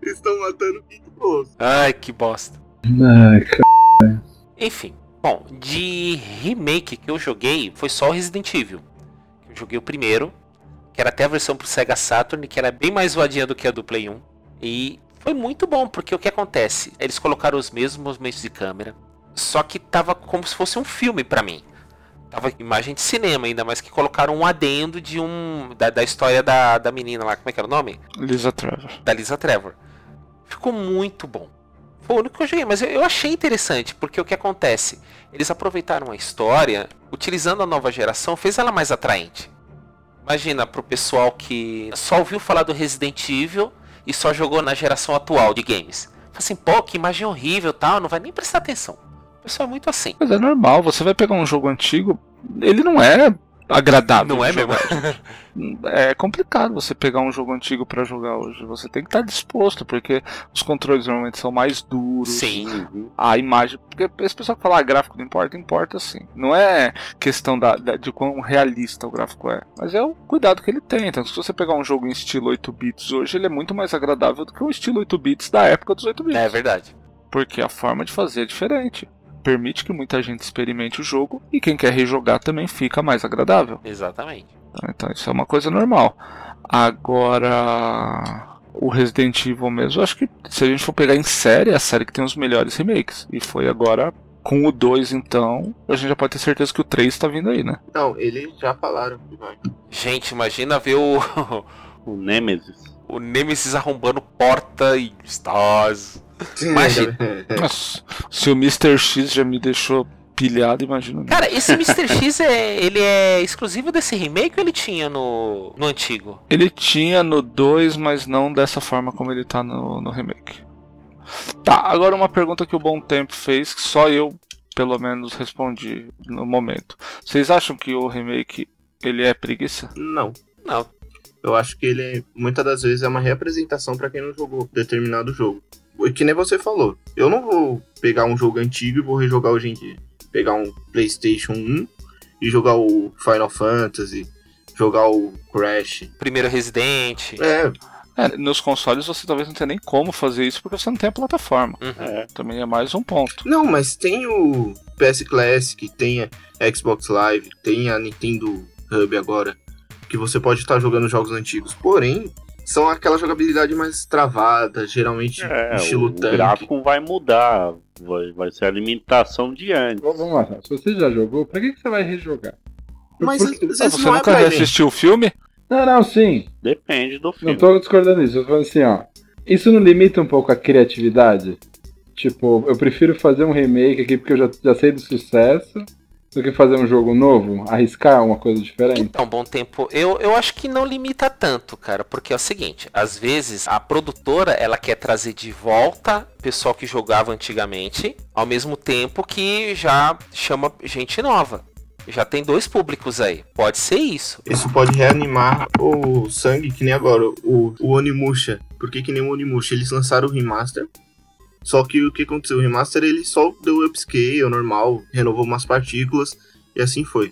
S6: Estão matando o Pink Ghost.
S3: ai, que bosta.
S7: Ai, cara.
S3: Enfim, bom, de remake que eu joguei foi só o Resident Evil. Eu joguei o primeiro, que era até a versão pro Sega Saturn, que era bem mais zoadinha do que a do Play 1. E foi muito bom, porque o que acontece? Eles colocaram os mesmos movimentos de câmera, só que tava como se fosse um filme pra mim. Tava imagem de cinema ainda, mas que colocaram um adendo de um. da, da história da, da menina lá, como é que era o nome?
S5: Lisa Trevor.
S3: da Lisa Trevor. Ficou muito bom. Foi o único que eu joguei, mas eu- eu achei interessante, porque o que acontece? Eles aproveitaram a história, utilizando a nova geração, fez ela mais atraente. Imagina pro pessoal que só ouviu falar do Resident Evil e só jogou na geração atual de games. Fala assim, pô, que imagem horrível tal, não vai nem prestar atenção. O pessoal é muito assim.
S5: Mas é normal, você vai pegar um jogo antigo, ele não é agradável.
S3: Não é
S5: de
S3: mesmo?
S5: jogar. É complicado você pegar um jogo antigo pra jogar hoje. Você tem que estar disposto, porque os controles normalmente são mais duros.
S4: assim.
S3: Sim.
S4: Uhum.
S5: a imagem. Porque esse pessoal que fala ah, gráfico não importa, importa sim. Não é questão da, da- de quão realista o gráfico é, mas é o cuidado que ele tem. Então, se você pegar um jogo em estilo 8 bits hoje, ele é muito mais agradável do que o estilo 8 bits da época dos 8 bits.
S3: É verdade.
S5: porque a forma de fazer é diferente. Permite que muita gente experimente o jogo e quem quer rejogar também fica mais agradável.
S3: Exatamente.
S5: Então isso é uma coisa normal. Agora, o Resident Evil mesmo, eu acho que se a gente for pegar em série, é a série que tem os melhores remakes. E foi agora com o 2, então, a gente já pode ter certeza que o 3 tá vindo aí, né?
S6: Não, eles já falaram que vai.
S3: Gente, imagina ver o,
S4: O Nemesis.
S3: o Nemesis arrombando porta e. Stars. Imagina.
S5: Nossa, se o Mr. X já me deixou pilhado, imagina. né?
S3: Cara, esse Mr. X é, ele é exclusivo desse remake ou ele tinha no, no antigo?
S5: Ele tinha no 2, mas não dessa forma como ele tá no, no remake. Tá, agora uma pergunta que o Bom Tempo fez, que só eu, pelo menos, respondi no momento. Vocês acham que o remake, ele é preguiça?
S6: Não.
S3: Não.
S6: Eu acho que ele, é- muitas das vezes, é uma representação pra quem não jogou determinado jogo. E Que nem você falou. Eu não vou pegar um jogo antigo e vou rejogar hoje em dia. Pegar um PlayStation 1 e jogar o Final Fantasy, jogar o Crash.
S3: Primeiro Resident.
S6: É,
S5: É, nos consoles você talvez não tenha nem como fazer isso, porque você não tem a plataforma.
S4: É.
S5: Também é mais um ponto.
S6: Não, mas tem o PS Classic, tem a Xbox Live, tem a Nintendo Hub agora, que você pode estar jogando jogos antigos. Porém, são aquela jogabilidade mais travada, geralmente
S4: É,
S6: estilo
S4: o
S6: tanque.
S4: gráfico vai mudar. Vai, vai ser a limitação de antes.
S7: Vamos lá, se você já jogou, pra que, que você vai rejogar?
S6: Mas
S7: Por
S6: às
S7: que-
S6: vezes
S5: Ah,
S6: não
S5: você
S6: é
S5: nunca
S6: pra gente.
S5: assistiu o filme?
S7: Não, não, sim.
S4: Depende do filme.
S7: Não tô discordando disso, eu tô falando assim, ó. Isso não limita um pouco a criatividade? Tipo, eu prefiro fazer um remake aqui porque eu já, já sei do sucesso do que fazer um jogo novo, arriscar uma coisa diferente.
S3: Então, bom tempo. Eu, eu acho que não limita tanto, cara, porque é o seguinte: às vezes a produtora ela quer trazer de volta o pessoal que jogava antigamente, ao mesmo tempo que já chama gente nova. Já tem dois públicos aí. Pode ser isso.
S6: Isso pode reanimar o sangue, que nem agora, o, o Onimusha. Por que, que nem o Onimusha? Eles lançaram o remaster. Só que o que aconteceu? O remaster ele só deu upscale normal, renovou umas partículas e assim foi.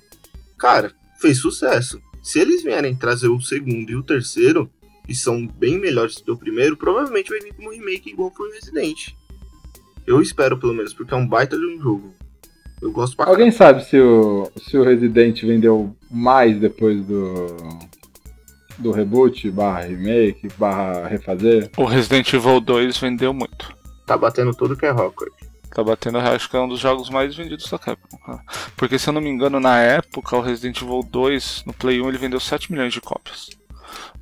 S6: Cara, fez sucesso. Se eles vierem trazer o segundo e o terceiro, que são bem melhores do que o primeiro, provavelmente vai vir como um remake igual foi o Resident. Eu espero pelo menos, porque é um baita de um jogo. Eu gosto pra
S7: Alguém sabe se o, se o Resident vendeu mais depois do. do reboot, barra remake, barra refazer?
S5: O Resident Evil 2 vendeu muito.
S6: Tá batendo tudo que é recorde.
S5: Tá batendo, acho que é um dos jogos mais vendidos da Capcom, cara. Porque se eu não me engano, na época, o Resident Evil 2, no Play 1, ele vendeu 7 milhões de cópias.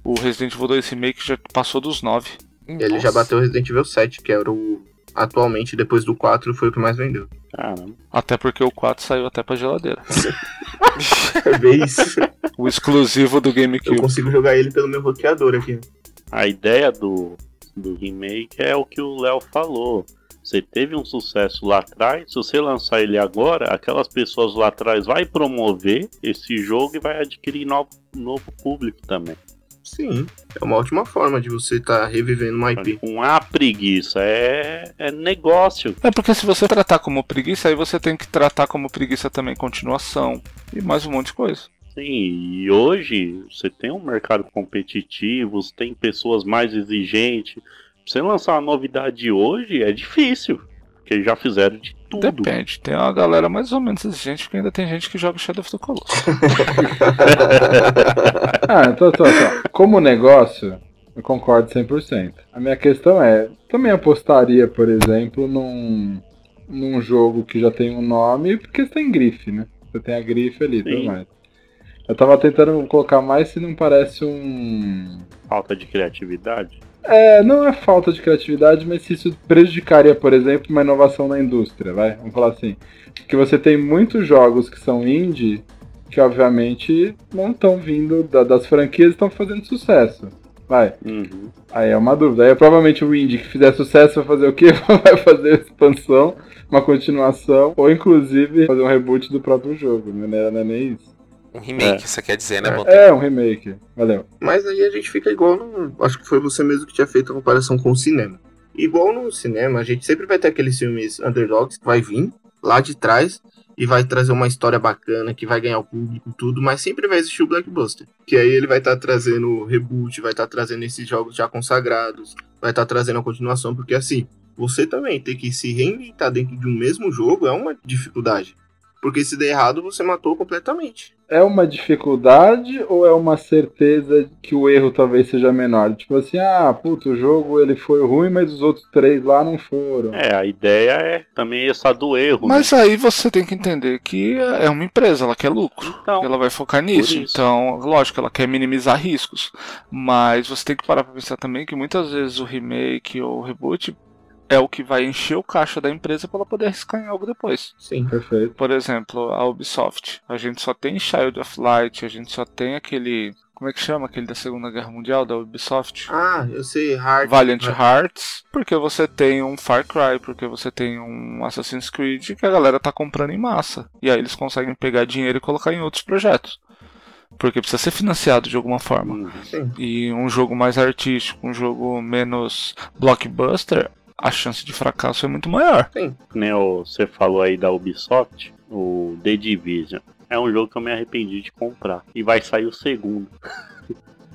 S5: O Resident Evil 2 Remake já passou dos 9.
S6: Ele já bateu Resident Evil 7, que era o. Atualmente, depois do 4, foi o que mais vendeu.
S4: Caramba.
S5: Até porque o 4 saiu até pra geladeira.
S6: É bem isso.
S5: O exclusivo do
S6: Eu
S5: GameCube.
S6: consigo jogar ele pelo meu roteador aqui.
S4: A ideia do, do remake é o que o Léo falou. Você teve um sucesso lá atrás, se você lançar ele agora, aquelas pessoas lá atrás vai promover esse jogo e vai adquirir novo, novo público também.
S6: Sim, é uma ótima forma de você estar revivendo uma IP.
S4: Então, tipo, Não há preguiça, é, é negócio.
S5: É porque se você tratar como preguiça, aí você tem que tratar como preguiça também continuação e mais um monte de coisa.
S4: Sim, e hoje você tem um mercado competitivo, você tem pessoas mais exigentes. Pra você lançar uma novidade hoje é difícil, porque já fizeram de tudo.
S5: Depende, tem uma galera mais ou menos exigente, porque ainda tem gente que joga Shadow of the Colossus.
S7: Ah, então, então, então, como negócio, eu concordo 100%. A minha questão é, também apostaria, por exemplo, num, num jogo que já tem um nome, porque você tem grife, né? Você tem a grife ali, tudo
S4: Sim.
S7: mais. Eu tava tentando colocar mais se não parece um...
S4: Falta de criatividade.
S7: É, não é falta de criatividade, mas se isso prejudicaria, por exemplo, uma inovação na indústria, vai? Vamos falar assim. Que você tem muitos jogos que são indie, que obviamente não estão vindo da- das franquias e estão fazendo sucesso. Vai,
S4: Uhum.
S7: aí é uma dúvida. Aí provavelmente o indie que fizer sucesso vai fazer o quê? Vai fazer expansão, uma continuação, ou inclusive fazer um reboot do próprio jogo, né? Não é- não é nem isso.
S3: Um remake, isso quer dizer, né, Botelho?
S7: É, um remake. Valeu.
S6: Mas aí a gente fica igual num. Acho que foi você mesmo que tinha feito a comparação com o cinema. Igual no cinema, a gente sempre vai ter aqueles filmes underdogs que vai vir lá de trás e vai trazer uma história bacana que vai ganhar o público e tudo, mas sempre vai existir o blockbuster. Que aí ele vai estar trazendo reboot, vai estar trazendo esses jogos já consagrados, vai estar trazendo a continuação, porque assim, você também ter que se reinventar dentro de um mesmo jogo é uma dificuldade. Porque se der errado, você matou completamente.
S7: é uma dificuldade ou é uma certeza que o erro talvez seja menor? Tipo assim, ah, puto, o jogo ele foi ruim, mas os outros três lá não foram.
S4: É, a ideia é também essa do erro.
S5: Mas aí você tem que entender que é uma empresa, ela quer lucro.
S4: né? Então,
S5: Ela vai focar nisso.
S4: isso.
S5: Então, lógico, ela quer minimizar riscos. Mas você tem que parar pra pensar também que muitas vezes o remake ou o reboot é o que vai encher o caixa da empresa pra ela poder arriscar em algo depois.
S6: Sim.
S7: Perfeito.
S5: Por exemplo, a Ubisoft. A gente só tem Child of Light, a gente só tem aquele. Como é que chama aquele da Segunda Guerra Mundial da Ubisoft?
S6: Ah, eu sei, hard.
S5: Valiant
S6: Vai-
S5: Hearts, porque você tem um Far Cry, porque você tem um Assassin's Creed que a galera tá comprando em massa. E aí eles conseguem pegar dinheiro e colocar em outros projetos. Porque precisa ser financiado de alguma forma.
S4: hum,
S5: E um jogo mais artístico, um jogo menos blockbuster, a chance de fracasso é muito maior.
S4: que nem o- você falou aí da Ubisoft, o The Division. É um jogo que eu me arrependi de comprar. E vai sair o segundo.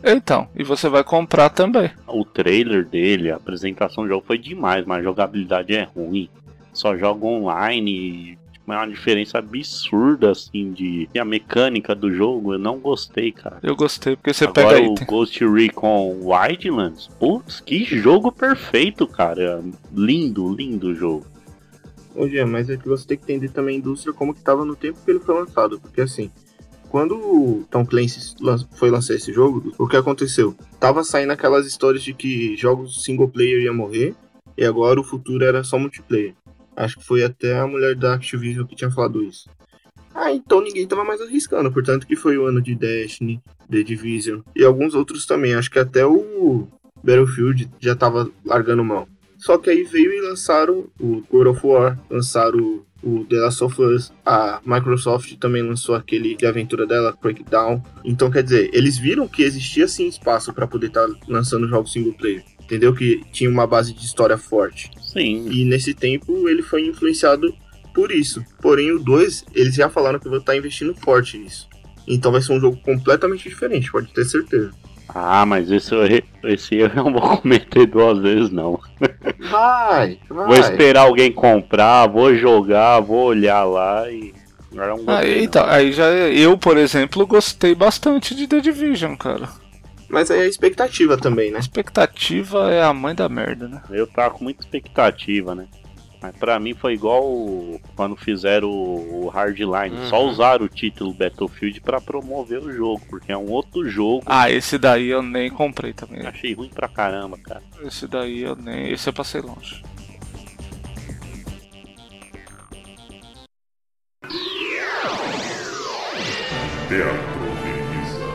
S5: Então, e você vai comprar também.
S4: O trailer dele, a apresentação do jogo foi demais, mas a jogabilidade é ruim. Só joga online. e, tipo, É uma diferença absurda, assim, de. E a mecânica do jogo, eu não gostei, cara.
S5: Eu gostei, porque você
S4: Agora
S5: pega
S4: o
S5: item.
S4: Ghost Recon Wildlands, putz, que jogo perfeito, cara. Lindo, lindo jogo.
S6: Ô Jean, mas é que você tem que entender também a indústria como que tava no tempo que ele foi lançado. Porque assim, quando o Tom Clancy lan- foi lançar esse jogo, o que aconteceu? Tava saindo aquelas histórias de que jogos single player ia morrer, e agora o futuro era só multiplayer. Acho que foi até a mulher da Activision que tinha falado isso. Ah, então ninguém tava mais arriscando, portanto que foi o ano de Destiny, The Division e alguns outros também. Acho que até o Battlefield já tava largando mão. Só que aí veio e lançaram o God of War, lançaram o, o The Last of Us, a Microsoft também lançou aquele de aventura dela, Crackdown. Então, quer dizer, eles viram que existia sim espaço para poder estar lançando jogos single player. Entendeu? Que tinha uma base de história forte.
S4: Sim.
S6: E nesse tempo ele foi influenciado por isso. Porém, o 2, eles já falaram que vão estar investindo forte nisso. Então vai ser um jogo completamente diferente, pode ter certeza.
S4: Ah, mas esse, eu errei- esse erro eu não vou cometer duas vezes, não.
S6: Vai, vai.
S4: Vou esperar alguém comprar, vou jogar, vou olhar lá e. Agora eu não
S5: Ah,
S4: gostei, não.
S5: então, aí já eu, por exemplo, gostei bastante de The Division, cara.
S6: Mas aí é a expectativa também, né?
S5: A expectativa é a mãe da merda, né?
S4: Eu tava com muita expectativa, né? Mas pra mim foi igual o- quando fizeram o o Hardline.
S3: Uhum.
S4: Só usaram o título Battlefield pra promover o jogo, porque é um outro jogo.
S5: Ah, esse daí eu nem comprei também.
S4: Achei ruim pra caramba, cara.
S5: Esse daí eu nem. Esse eu passei longe.
S1: Teatro Denizado.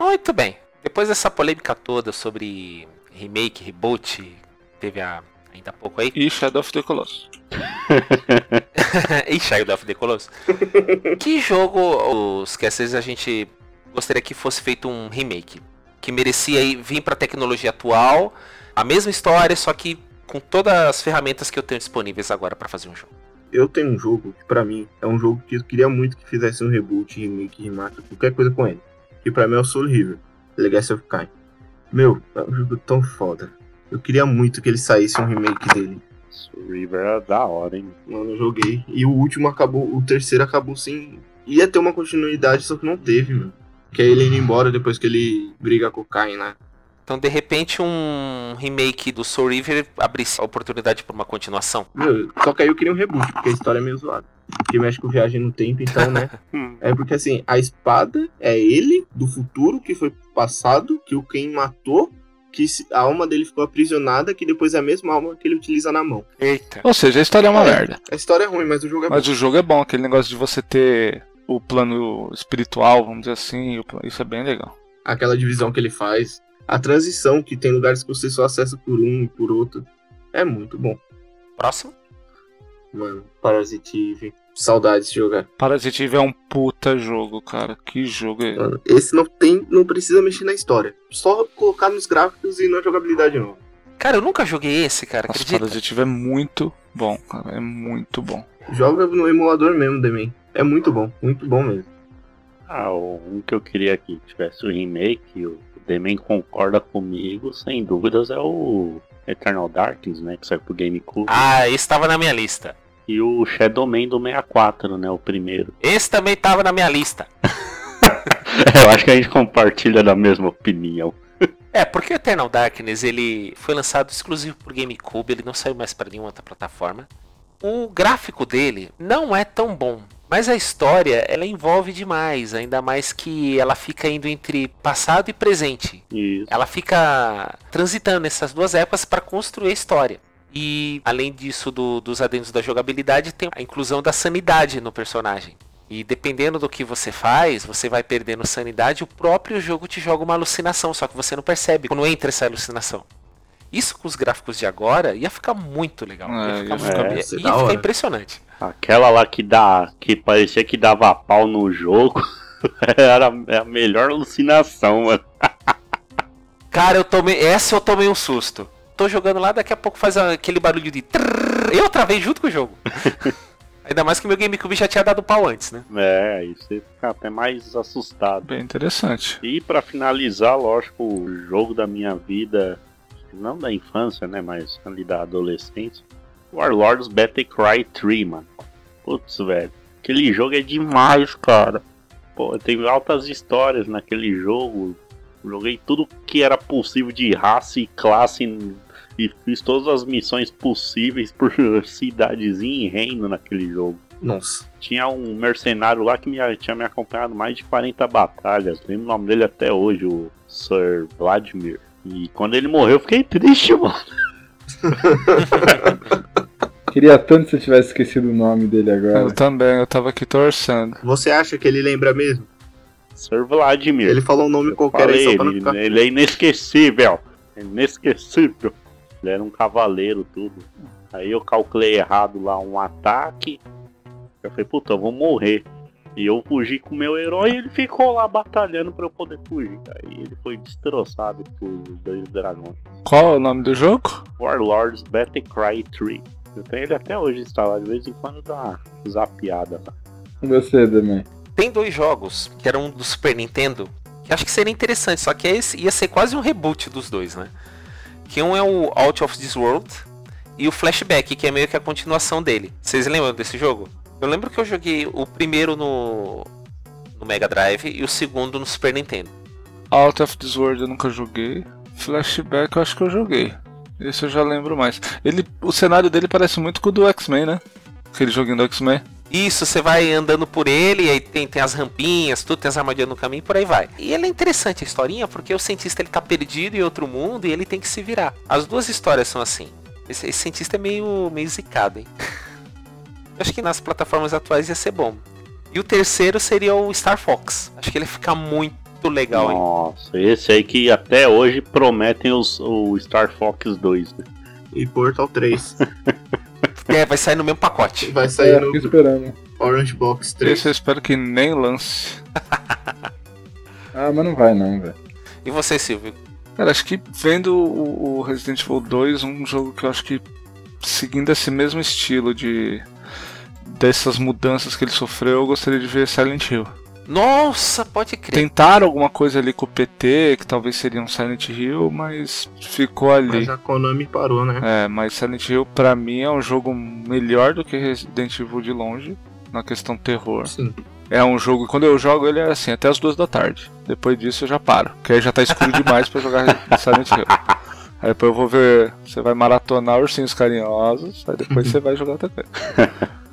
S3: Muito bem. Depois dessa polêmica toda sobre remake, reboot, teve a, ainda há pouco aí,
S5: E Shadow of the Colossus.
S3: e Shadow of the Colossus. que jogo, os casters, a gente gostaria que fosse feito um remake? Que merecia aí vir pra tecnologia atual, a mesma história, só que com todas as ferramentas que eu tenho disponíveis agora pra fazer um jogo.
S6: Eu tenho um jogo que, pra mim, é um jogo que eu queria muito que fizesse um reboot, remake, remaster, qualquer coisa com ele. Que pra mim é o Soul River, Legacy of Kain. Meu, é um jogo tão foda. Eu queria muito que ele saísse um remake dele.
S4: River é da hora, hein?
S6: Mano, eu joguei. E o último acabou, o terceiro acabou sem. Ia ter uma continuidade, só que não teve, mano. Que é ele indo embora depois que ele briga com o Kain, né?
S3: Então, de repente, um remake do Soul River abrisse a oportunidade pra uma continuação.
S6: Meu, só que aí eu queria um reboot, porque a história é meio zoada. Porque mexe com viagem no tempo, então, né?
S4: Hum.
S6: É porque assim, a espada é ele do futuro que foi passado, que o Ken matou, que se- a alma dele ficou aprisionada, que depois é a mesma alma que ele utiliza na mão.
S3: Eita.
S5: Ou seja, a história é uma
S6: É.
S5: merda.
S6: A história é ruim, mas o jogo é
S5: Mas
S6: bom.
S5: o jogo é bom, aquele negócio de você ter o plano espiritual, vamos dizer assim, o pla- isso é bem legal.
S6: Aquela divisão que ele faz, a transição que tem lugares que você só acessa por um e por outro, é muito bom.
S3: Próximo?
S6: Mano, Parasitive, saudades de jogar.
S5: Parasitive é um puta jogo, cara. Que jogo é?
S6: Mano, esse não tem, não precisa mexer na história, só colocar nos gráficos e na jogabilidade nova.
S3: Cara, eu nunca joguei esse, cara,
S5: Nossa,
S3: acredita?
S5: Parasitive é muito bom, cara. É muito bom.
S6: Joga no emulador mesmo também. É muito bom, muito bom mesmo.
S4: Ah, um que eu queria que tivesse o remake, o Demen concorda comigo, sem dúvidas, é o Eternal Darkness, né? Que saiu pro GameCube.
S3: Ah, esse tava na minha lista.
S4: E o Shadow Man do 64, né? O primeiro.
S3: Esse também tava na minha lista.
S4: eu acho que a gente compartilha da mesma opinião.
S3: É, porque o Eternal Darkness ele foi lançado exclusivo por GameCube, ele não saiu mais pra nenhuma outra plataforma. O gráfico dele não é tão bom, mas a história ela envolve demais, ainda mais que ela fica indo entre passado e presente.
S4: Isso.
S3: Ela fica transitando essas duas épocas para construir a história. E além disso do- dos adendos da jogabilidade, tem a inclusão da sanidade no personagem. E dependendo do que você faz, você vai perdendo sanidade, o próprio jogo te joga uma alucinação, só que você não percebe quando entra essa alucinação. Isso com os gráficos de agora ia ficar muito legal.
S5: É,
S3: ia ficar,
S5: ia
S3: muito-
S4: ficar-
S3: ia-
S6: isso é
S3: ia
S6: da
S3: ficar
S6: hora.
S3: impressionante.
S4: Aquela lá que dá. que parecia que dava pau no jogo. Era é a melhor alucinação, mano.
S3: Cara, eu tomei. Essa eu tomei um susto. Tô jogando lá, daqui a pouco faz aquele barulho de. trrr. Eu travei junto com o jogo. Ainda mais que meu GameCube já tinha dado pau antes, né?
S4: É, aí você fica até mais assustado.
S5: Bem interessante.
S4: E pra finalizar, lógico, o jogo da minha vida, não da infância, né, mas ali da adolescência, Warlords Battle Cry 3, mano. Putz, velho, aquele jogo é demais, cara. Pô, tem altas histórias naquele jogo. Joguei tudo que era possível de raça e classe e fiz todas as missões possíveis por cidadezinha e reino naquele jogo.
S6: Nossa.
S4: Tinha um mercenário lá que me, tinha me acompanhado mais de 40 batalhas. Lembro o nome dele até hoje, o Sir Vladimir. E quando ele morreu, eu fiquei triste, mano.
S7: Queria tanto se eu tivesse esquecido o nome dele agora.
S5: Eu também, eu tava aqui torcendo.
S6: Você acha que ele lembra mesmo?
S4: Sir Vladimir.
S6: Ele falou um nome
S4: Eu
S6: qualquer aí
S4: falei,
S6: só pra não
S4: ele,
S6: ficar.
S4: ele é inesquecível. É Inesquecível. Ele era um cavaleiro, tudo. Aí eu calculei errado lá um ataque. Eu falei, puta, eu vou morrer. E eu fugi com o meu herói e ele ficou lá batalhando pra eu poder fugir. Aí ele foi destroçado por dois dragões.
S5: Qual é o nome do jogo?
S4: Warlords Battle Cry 3. Eu tenho ele até hoje instalado, de vez em quando dá uma zapiada. né? lá.
S7: E você também.
S3: Tem dois jogos, que eram do Super Nintendo, que acho que seria interessante, só que é esse ia ser quase um reboot dos dois, né? Que um é o Out of This World e o Flashback, que é meio que a continuação dele. Vocês lembram desse jogo? Eu lembro que eu joguei o primeiro no, no Mega Drive e o segundo no Super Nintendo.
S5: Out of This World eu nunca joguei. Flashback eu acho que eu joguei. Esse eu já lembro mais. Ele, o cenário dele parece muito com o do X-Men, né? Aquele joguinho do X-Men.
S3: Isso, você vai andando por ele, aí tem, tem as rampinhas, tudo, tem as armadilhas no caminho, por aí vai. E ele é interessante a historinha, porque o cientista ele tá perdido em outro mundo e ele tem que se virar. As duas histórias são assim. Esse, esse cientista é meio, meio zicado, hein? Eu acho que nas plataformas atuais ia ser bom. E o terceiro seria o Star Fox. Acho que ele ia ficar muito muito legal, hein?
S4: Nossa, esse aí que até hoje prometem os, o Star Fox 2. né?
S6: E Portal 3.
S3: É, vai sair no mesmo pacote.
S6: Vai sair
S7: É,
S6: no
S7: fico esperando.
S6: Orange Box 3.
S5: Esse eu espero que nem lance.
S7: Ah, mas não vai não, velho.
S3: E você, Silvio?
S5: Cara, acho que vendo o, o Resident Evil 2, um jogo que eu acho que seguindo esse mesmo estilo de dessas mudanças que ele sofreu, eu gostaria de ver Silent Hill.
S3: Nossa, pode crer.
S5: Tentaram alguma coisa ali com o PT, que talvez seria um Silent Hill, mas ficou ali.
S6: Mas a Konami parou, né?
S5: É, mas Silent Hill pra mim é um jogo melhor do que Resident Evil de longe, na questão terror.
S6: Sim.
S5: É um jogo, quando eu jogo ele é assim, até as duas da tarde. Depois disso eu já paro, porque aí já tá escuro demais pra jogar Silent Hill. Aí depois eu vou ver, você vai maratonar Ursinhos Carinhosos, aí depois você vai jogar também.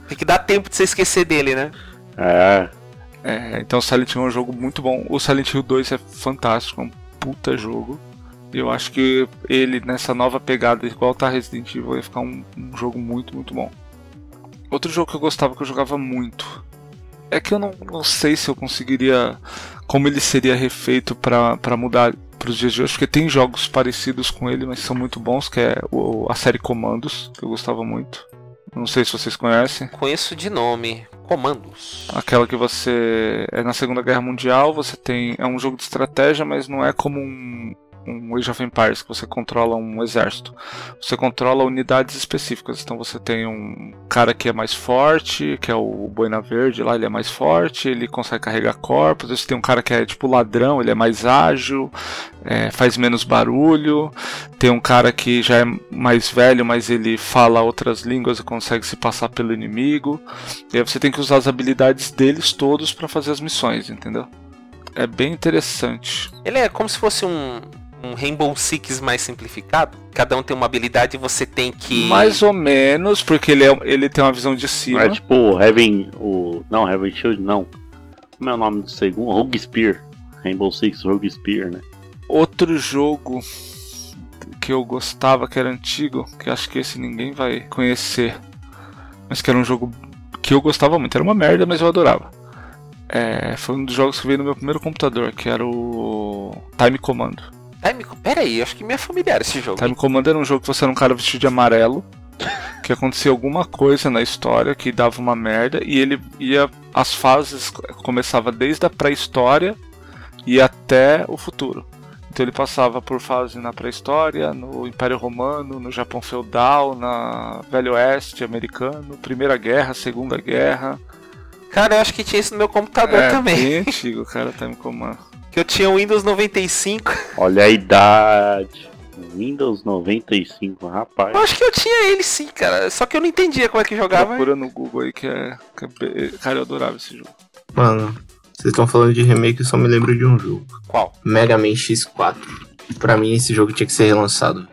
S3: Tem que dar tempo de você esquecer dele, né?
S4: É,
S5: É, então Silent Hill é um jogo muito bom. O Silent Hill 2 é fantástico, é um puta jogo. Eu acho que ele nessa nova pegada igual tá Resident Evil vai ficar um, um jogo muito, muito bom. Outro jogo que eu gostava que eu jogava muito. É que eu não, não sei se eu conseguiria como ele seria refeito pra pra mudar pros dias de hoje, porque tem jogos parecidos com ele, mas são muito bons, que é o- a série Comandos, que eu gostava muito. Não sei se vocês conhecem.
S3: Conheço de nome. Comandos.
S5: Aquela que você é na Segunda Guerra Mundial, você tem. É um jogo de estratégia, mas não é como um, um Age of Empires, que você controla um exército. Você controla unidades específicas. Então você tem um cara que é mais forte, que é o Boina Verde lá, ele é mais forte, ele consegue carregar corpos. Você tem um cara que é tipo ladrão, ele é mais ágil, é, faz menos barulho. Tem um cara que já é mais velho, mas ele fala outras línguas e consegue se passar pelo inimigo. E aí você tem que usar as habilidades deles todos pra fazer as missões, entendeu? É bem interessante.
S3: Ele é como se fosse um, um Rainbow Six mais simplificado. Cada um tem uma habilidade e você tem que.
S5: Mais ou menos, porque ele, é- ele tem uma visão de
S4: não
S5: cima.
S3: né?
S4: é tipo o Heaven. O, não, Heaven Shield não. Como é o nome do segundo? Rogue Spear. Rainbow Six Rogue Spear, né?
S5: Outro jogo que eu gostava, que era antigo, que acho que esse ninguém vai conhecer, mas que era um jogo que eu gostava muito. Era uma merda, mas eu adorava. É, foi um dos jogos que veio no meu primeiro computador, que era o Time Commando.
S3: Ai, me... Pera aí, acho que me é familiar esse jogo.
S5: Time Commander era um jogo que você era um cara vestido de amarelo, que acontecia alguma coisa na história que dava uma merda, e ele ia. As fases co- começava desde a pré-história e até o futuro. Então ele passava por fase na pré-história, no Império Romano, no Japão Feudal, na Velho Oeste americano, Primeira Guerra, Segunda Guerra.
S3: Cara, eu acho que tinha isso no meu computador
S5: é
S3: também.
S5: bem antigo, cara, tá Time Commander.
S3: Que eu tinha o Windows 95.
S4: Olha a idade. Windows 95, rapaz.
S3: Eu acho que eu tinha ele sim, cara. Só que eu não entendia como é que jogava.
S5: Procura no Google aí que é. que é be- Cara, eu adorava esse jogo.
S6: Mano, vocês estão falando de remake, eu só me lembro de um jogo.
S3: Qual?
S6: Mega Man X4. Pra mim, esse jogo tinha que ser relançado.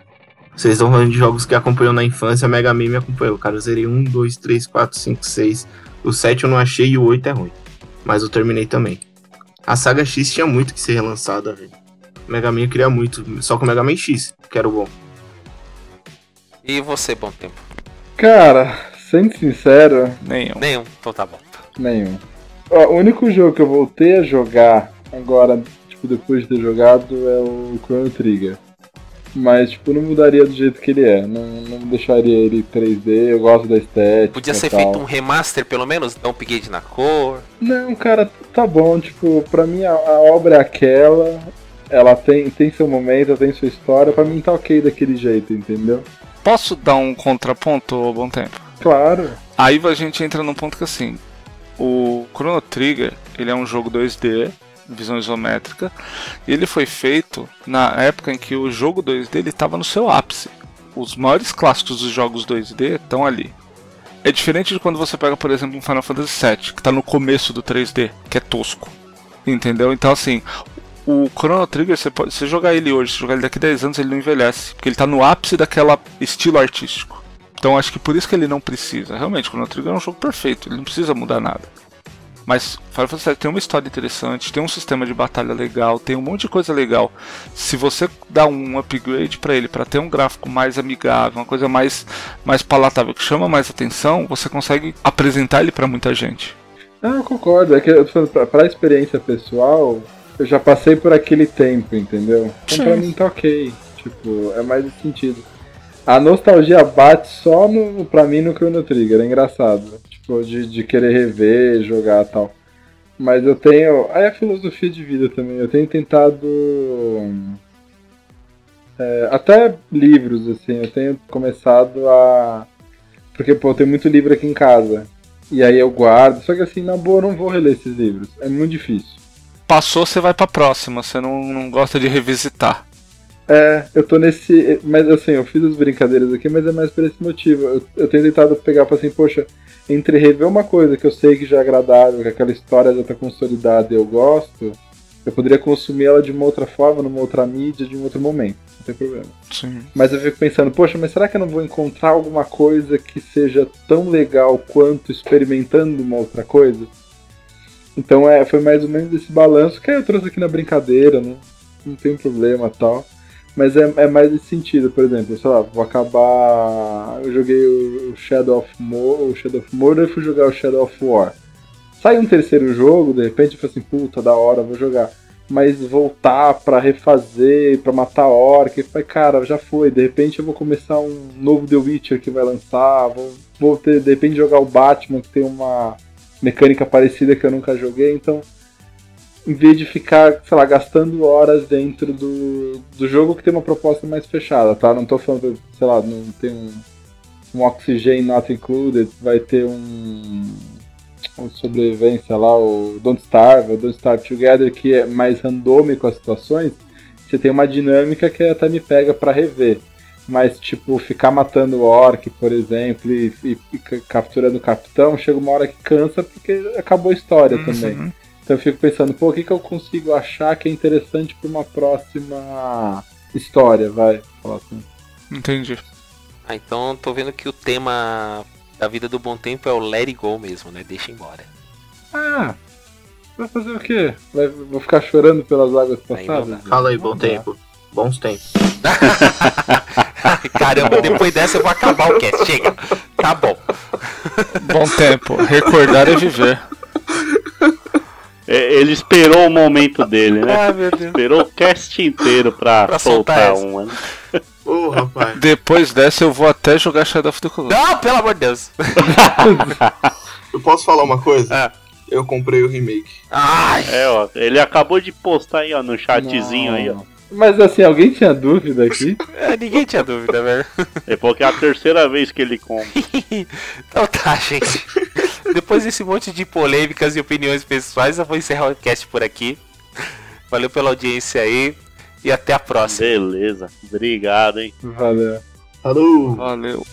S6: Vocês estão falando de jogos que acompanhou na infância, Mega Man me acompanhou. Cara, eu zerei 1, 2, 3, 4, 5, 6. O 7 eu não achei e o 8 é ruim. Mas eu terminei também. A saga X tinha muito que ser relançada, velho. Mega Man eu queria muito, só com o Mega Man X, que era o bom.
S3: E você, bom tempo?
S7: Cara, sendo sincero,
S5: Nenhum.
S3: Nenhum. Então tá bom.
S7: nenhum. Ó, o único jogo que eu voltei a jogar agora, tipo, depois de ter jogado, é o Chrono Trigger. Mas, tipo, não mudaria do jeito que ele é. Não, não deixaria ele 3D, eu gosto da estética.
S3: Podia ser
S7: e
S5: Então tá
S7: tal.
S3: feito um remaster, pelo menos, dar um upgrade na cor.
S7: Não, cara, tá bom. Tipo, pra mim a, a obra é aquela. Ela tem, tem seu momento, ela tem sua história. Pra mim tá ok daquele jeito, entendeu?
S5: Posso dar um contraponto, ô Bom Tempo?
S7: Claro.
S5: Aí a gente entra num ponto que assim, o Chrono Trigger, ele é um jogo 2D, visão isométrica, e ele foi feito na época em que o jogo 2D ele estava no seu ápice. Os maiores clássicos dos jogos 2D estão ali. É diferente de quando você pega, por exemplo, um Final Fantasy VII, que tá no começo do 3D, que é tosco. Entendeu? Então assim, o Chrono Trigger, você pode, se jogar ele hoje, se jogar ele daqui a 10 anos, ele não envelhece, porque ele tá no ápice daquela estilo artístico. Então acho que por isso que ele não precisa. Realmente, o Chrono Trigger é um jogo perfeito, ele não precisa mudar nada. Mas Final Fantasy VII tem uma história interessante, tem um sistema de batalha legal, tem um monte de coisa legal. Se você dá um upgrade pra ele, pra ter um gráfico mais amigável, uma coisa mais, mais palatável, que chama mais atenção, você consegue apresentar ele pra muita gente.
S7: Ah, eu concordo. É que eu tô falando, pra, pra experiência pessoal, Eu já passei por aquele tempo, entendeu? Então pra
S8: Sim.
S7: mim tá ok. Tipo, é mais esse sentido. A nostalgia bate só no, pra mim no Chrono Trigger, é engraçado. Tipo, de, de querer rever, jogar e tal. Mas eu tenho. Aí é a filosofia de vida também. Eu tenho tentado. é, até livros, assim. Eu tenho começado a. Porque, pô, eu tenho muito livro aqui em casa. E aí eu guardo. Só que, assim, na boa, eu não vou reler esses livros. É muito difícil.
S5: Passou, você vai pra próxima, você não, não gosta de revisitar.
S7: É, eu tô nesse. Mas assim, eu fiz as brincadeiras aqui, mas é mais por esse motivo. Eu, eu tenho tentado pegar pra assim, poxa, entre rever uma coisa que eu sei que já é agradável, que aquela história já tá consolidada e eu gosto, eu poderia consumir ela de uma outra forma, numa outra mídia, de um outro momento. Não tem problema.
S5: Sim.
S7: Mas eu fico pensando, poxa, mas será que eu não vou encontrar alguma coisa que seja tão legal quanto experimentando uma outra coisa? Então é, foi mais ou menos esse balanço que aí eu trouxe aqui na brincadeira, né? Não tem problema tal. Mas é, é mais esse sentido, por exemplo, sei lá, vou acabar. Eu joguei o o Shadow of Mordor, o Shadow of Mordor e fui jogar o Shadow of War. Sai um terceiro jogo, de repente eu falo assim, puta, da hora, vou jogar mas voltar pra refazer, pra matar orc, eu falei, cara, já foi, de repente eu vou começar um novo The Witcher que vai lançar, vou, vou ter, de repente jogar o Batman que tem uma mecânica parecida que eu nunca joguei, então em vez de ficar, sei lá, gastando horas dentro do, do jogo que tem uma proposta mais fechada, tá? Não tô falando, sei lá, não tem um, um Oxygen Not Included, vai ter um o sobrevivência lá, o Don't Starve, o Don't Starve Together, que é mais randômico as situações, você tem uma dinâmica que até me pega pra rever. Mas, tipo, ficar matando orc, por exemplo, e, e- e ca- capturando o capitão, chega uma hora que cansa porque acabou a história também.
S5: Uhum.
S7: Então eu fico pensando, pô, o que, que eu consigo achar que é interessante pra uma próxima história, vai? falar assim.
S5: Entendi.
S3: Ah, então tô vendo que o tema da vida do bom tempo é o let it go mesmo, né? Deixa embora.
S7: Ah, vai fazer o quê? Vai- vou ficar chorando pelas águas
S5: Tá
S3: Aí não
S7: passadas?
S6: Fala aí, bom
S7: Não dá.
S6: tempo. Bons tempos.
S3: Caramba, depois dessa eu vou acabar o cast, chega. Tá bom.
S5: Bom tempo. Recordar é viver.
S4: É, Ele esperou o momento dele, né?
S5: Ah, meu Deus.
S4: Esperou o cast inteiro pra,
S3: Pra soltar
S4: soltar
S3: essa.
S4: uma. né?
S6: Ô, rapaz.
S5: Depois dessa eu vou até jogar Shadow of the Colossus.
S3: Não, pelo amor de Deus.
S6: Eu posso falar uma coisa?
S3: Ah.
S6: Eu comprei o remake.
S3: Ai,
S4: É, ó. Ele acabou de postar aí, ó, no chatzinho aí, ó.
S7: Não. Mas assim, alguém tinha dúvida aqui?
S3: é, ninguém tinha dúvida, velho.
S4: É porque é a terceira vez que ele compra.
S3: Então tá, gente. Depois desse monte de polêmicas e opiniões pessoais, eu vou encerrar o cast por aqui. Valeu pela audiência aí e até a próxima.
S4: Beleza. Obrigado, hein?
S7: Valeu.
S6: Falou!
S5: Valeu.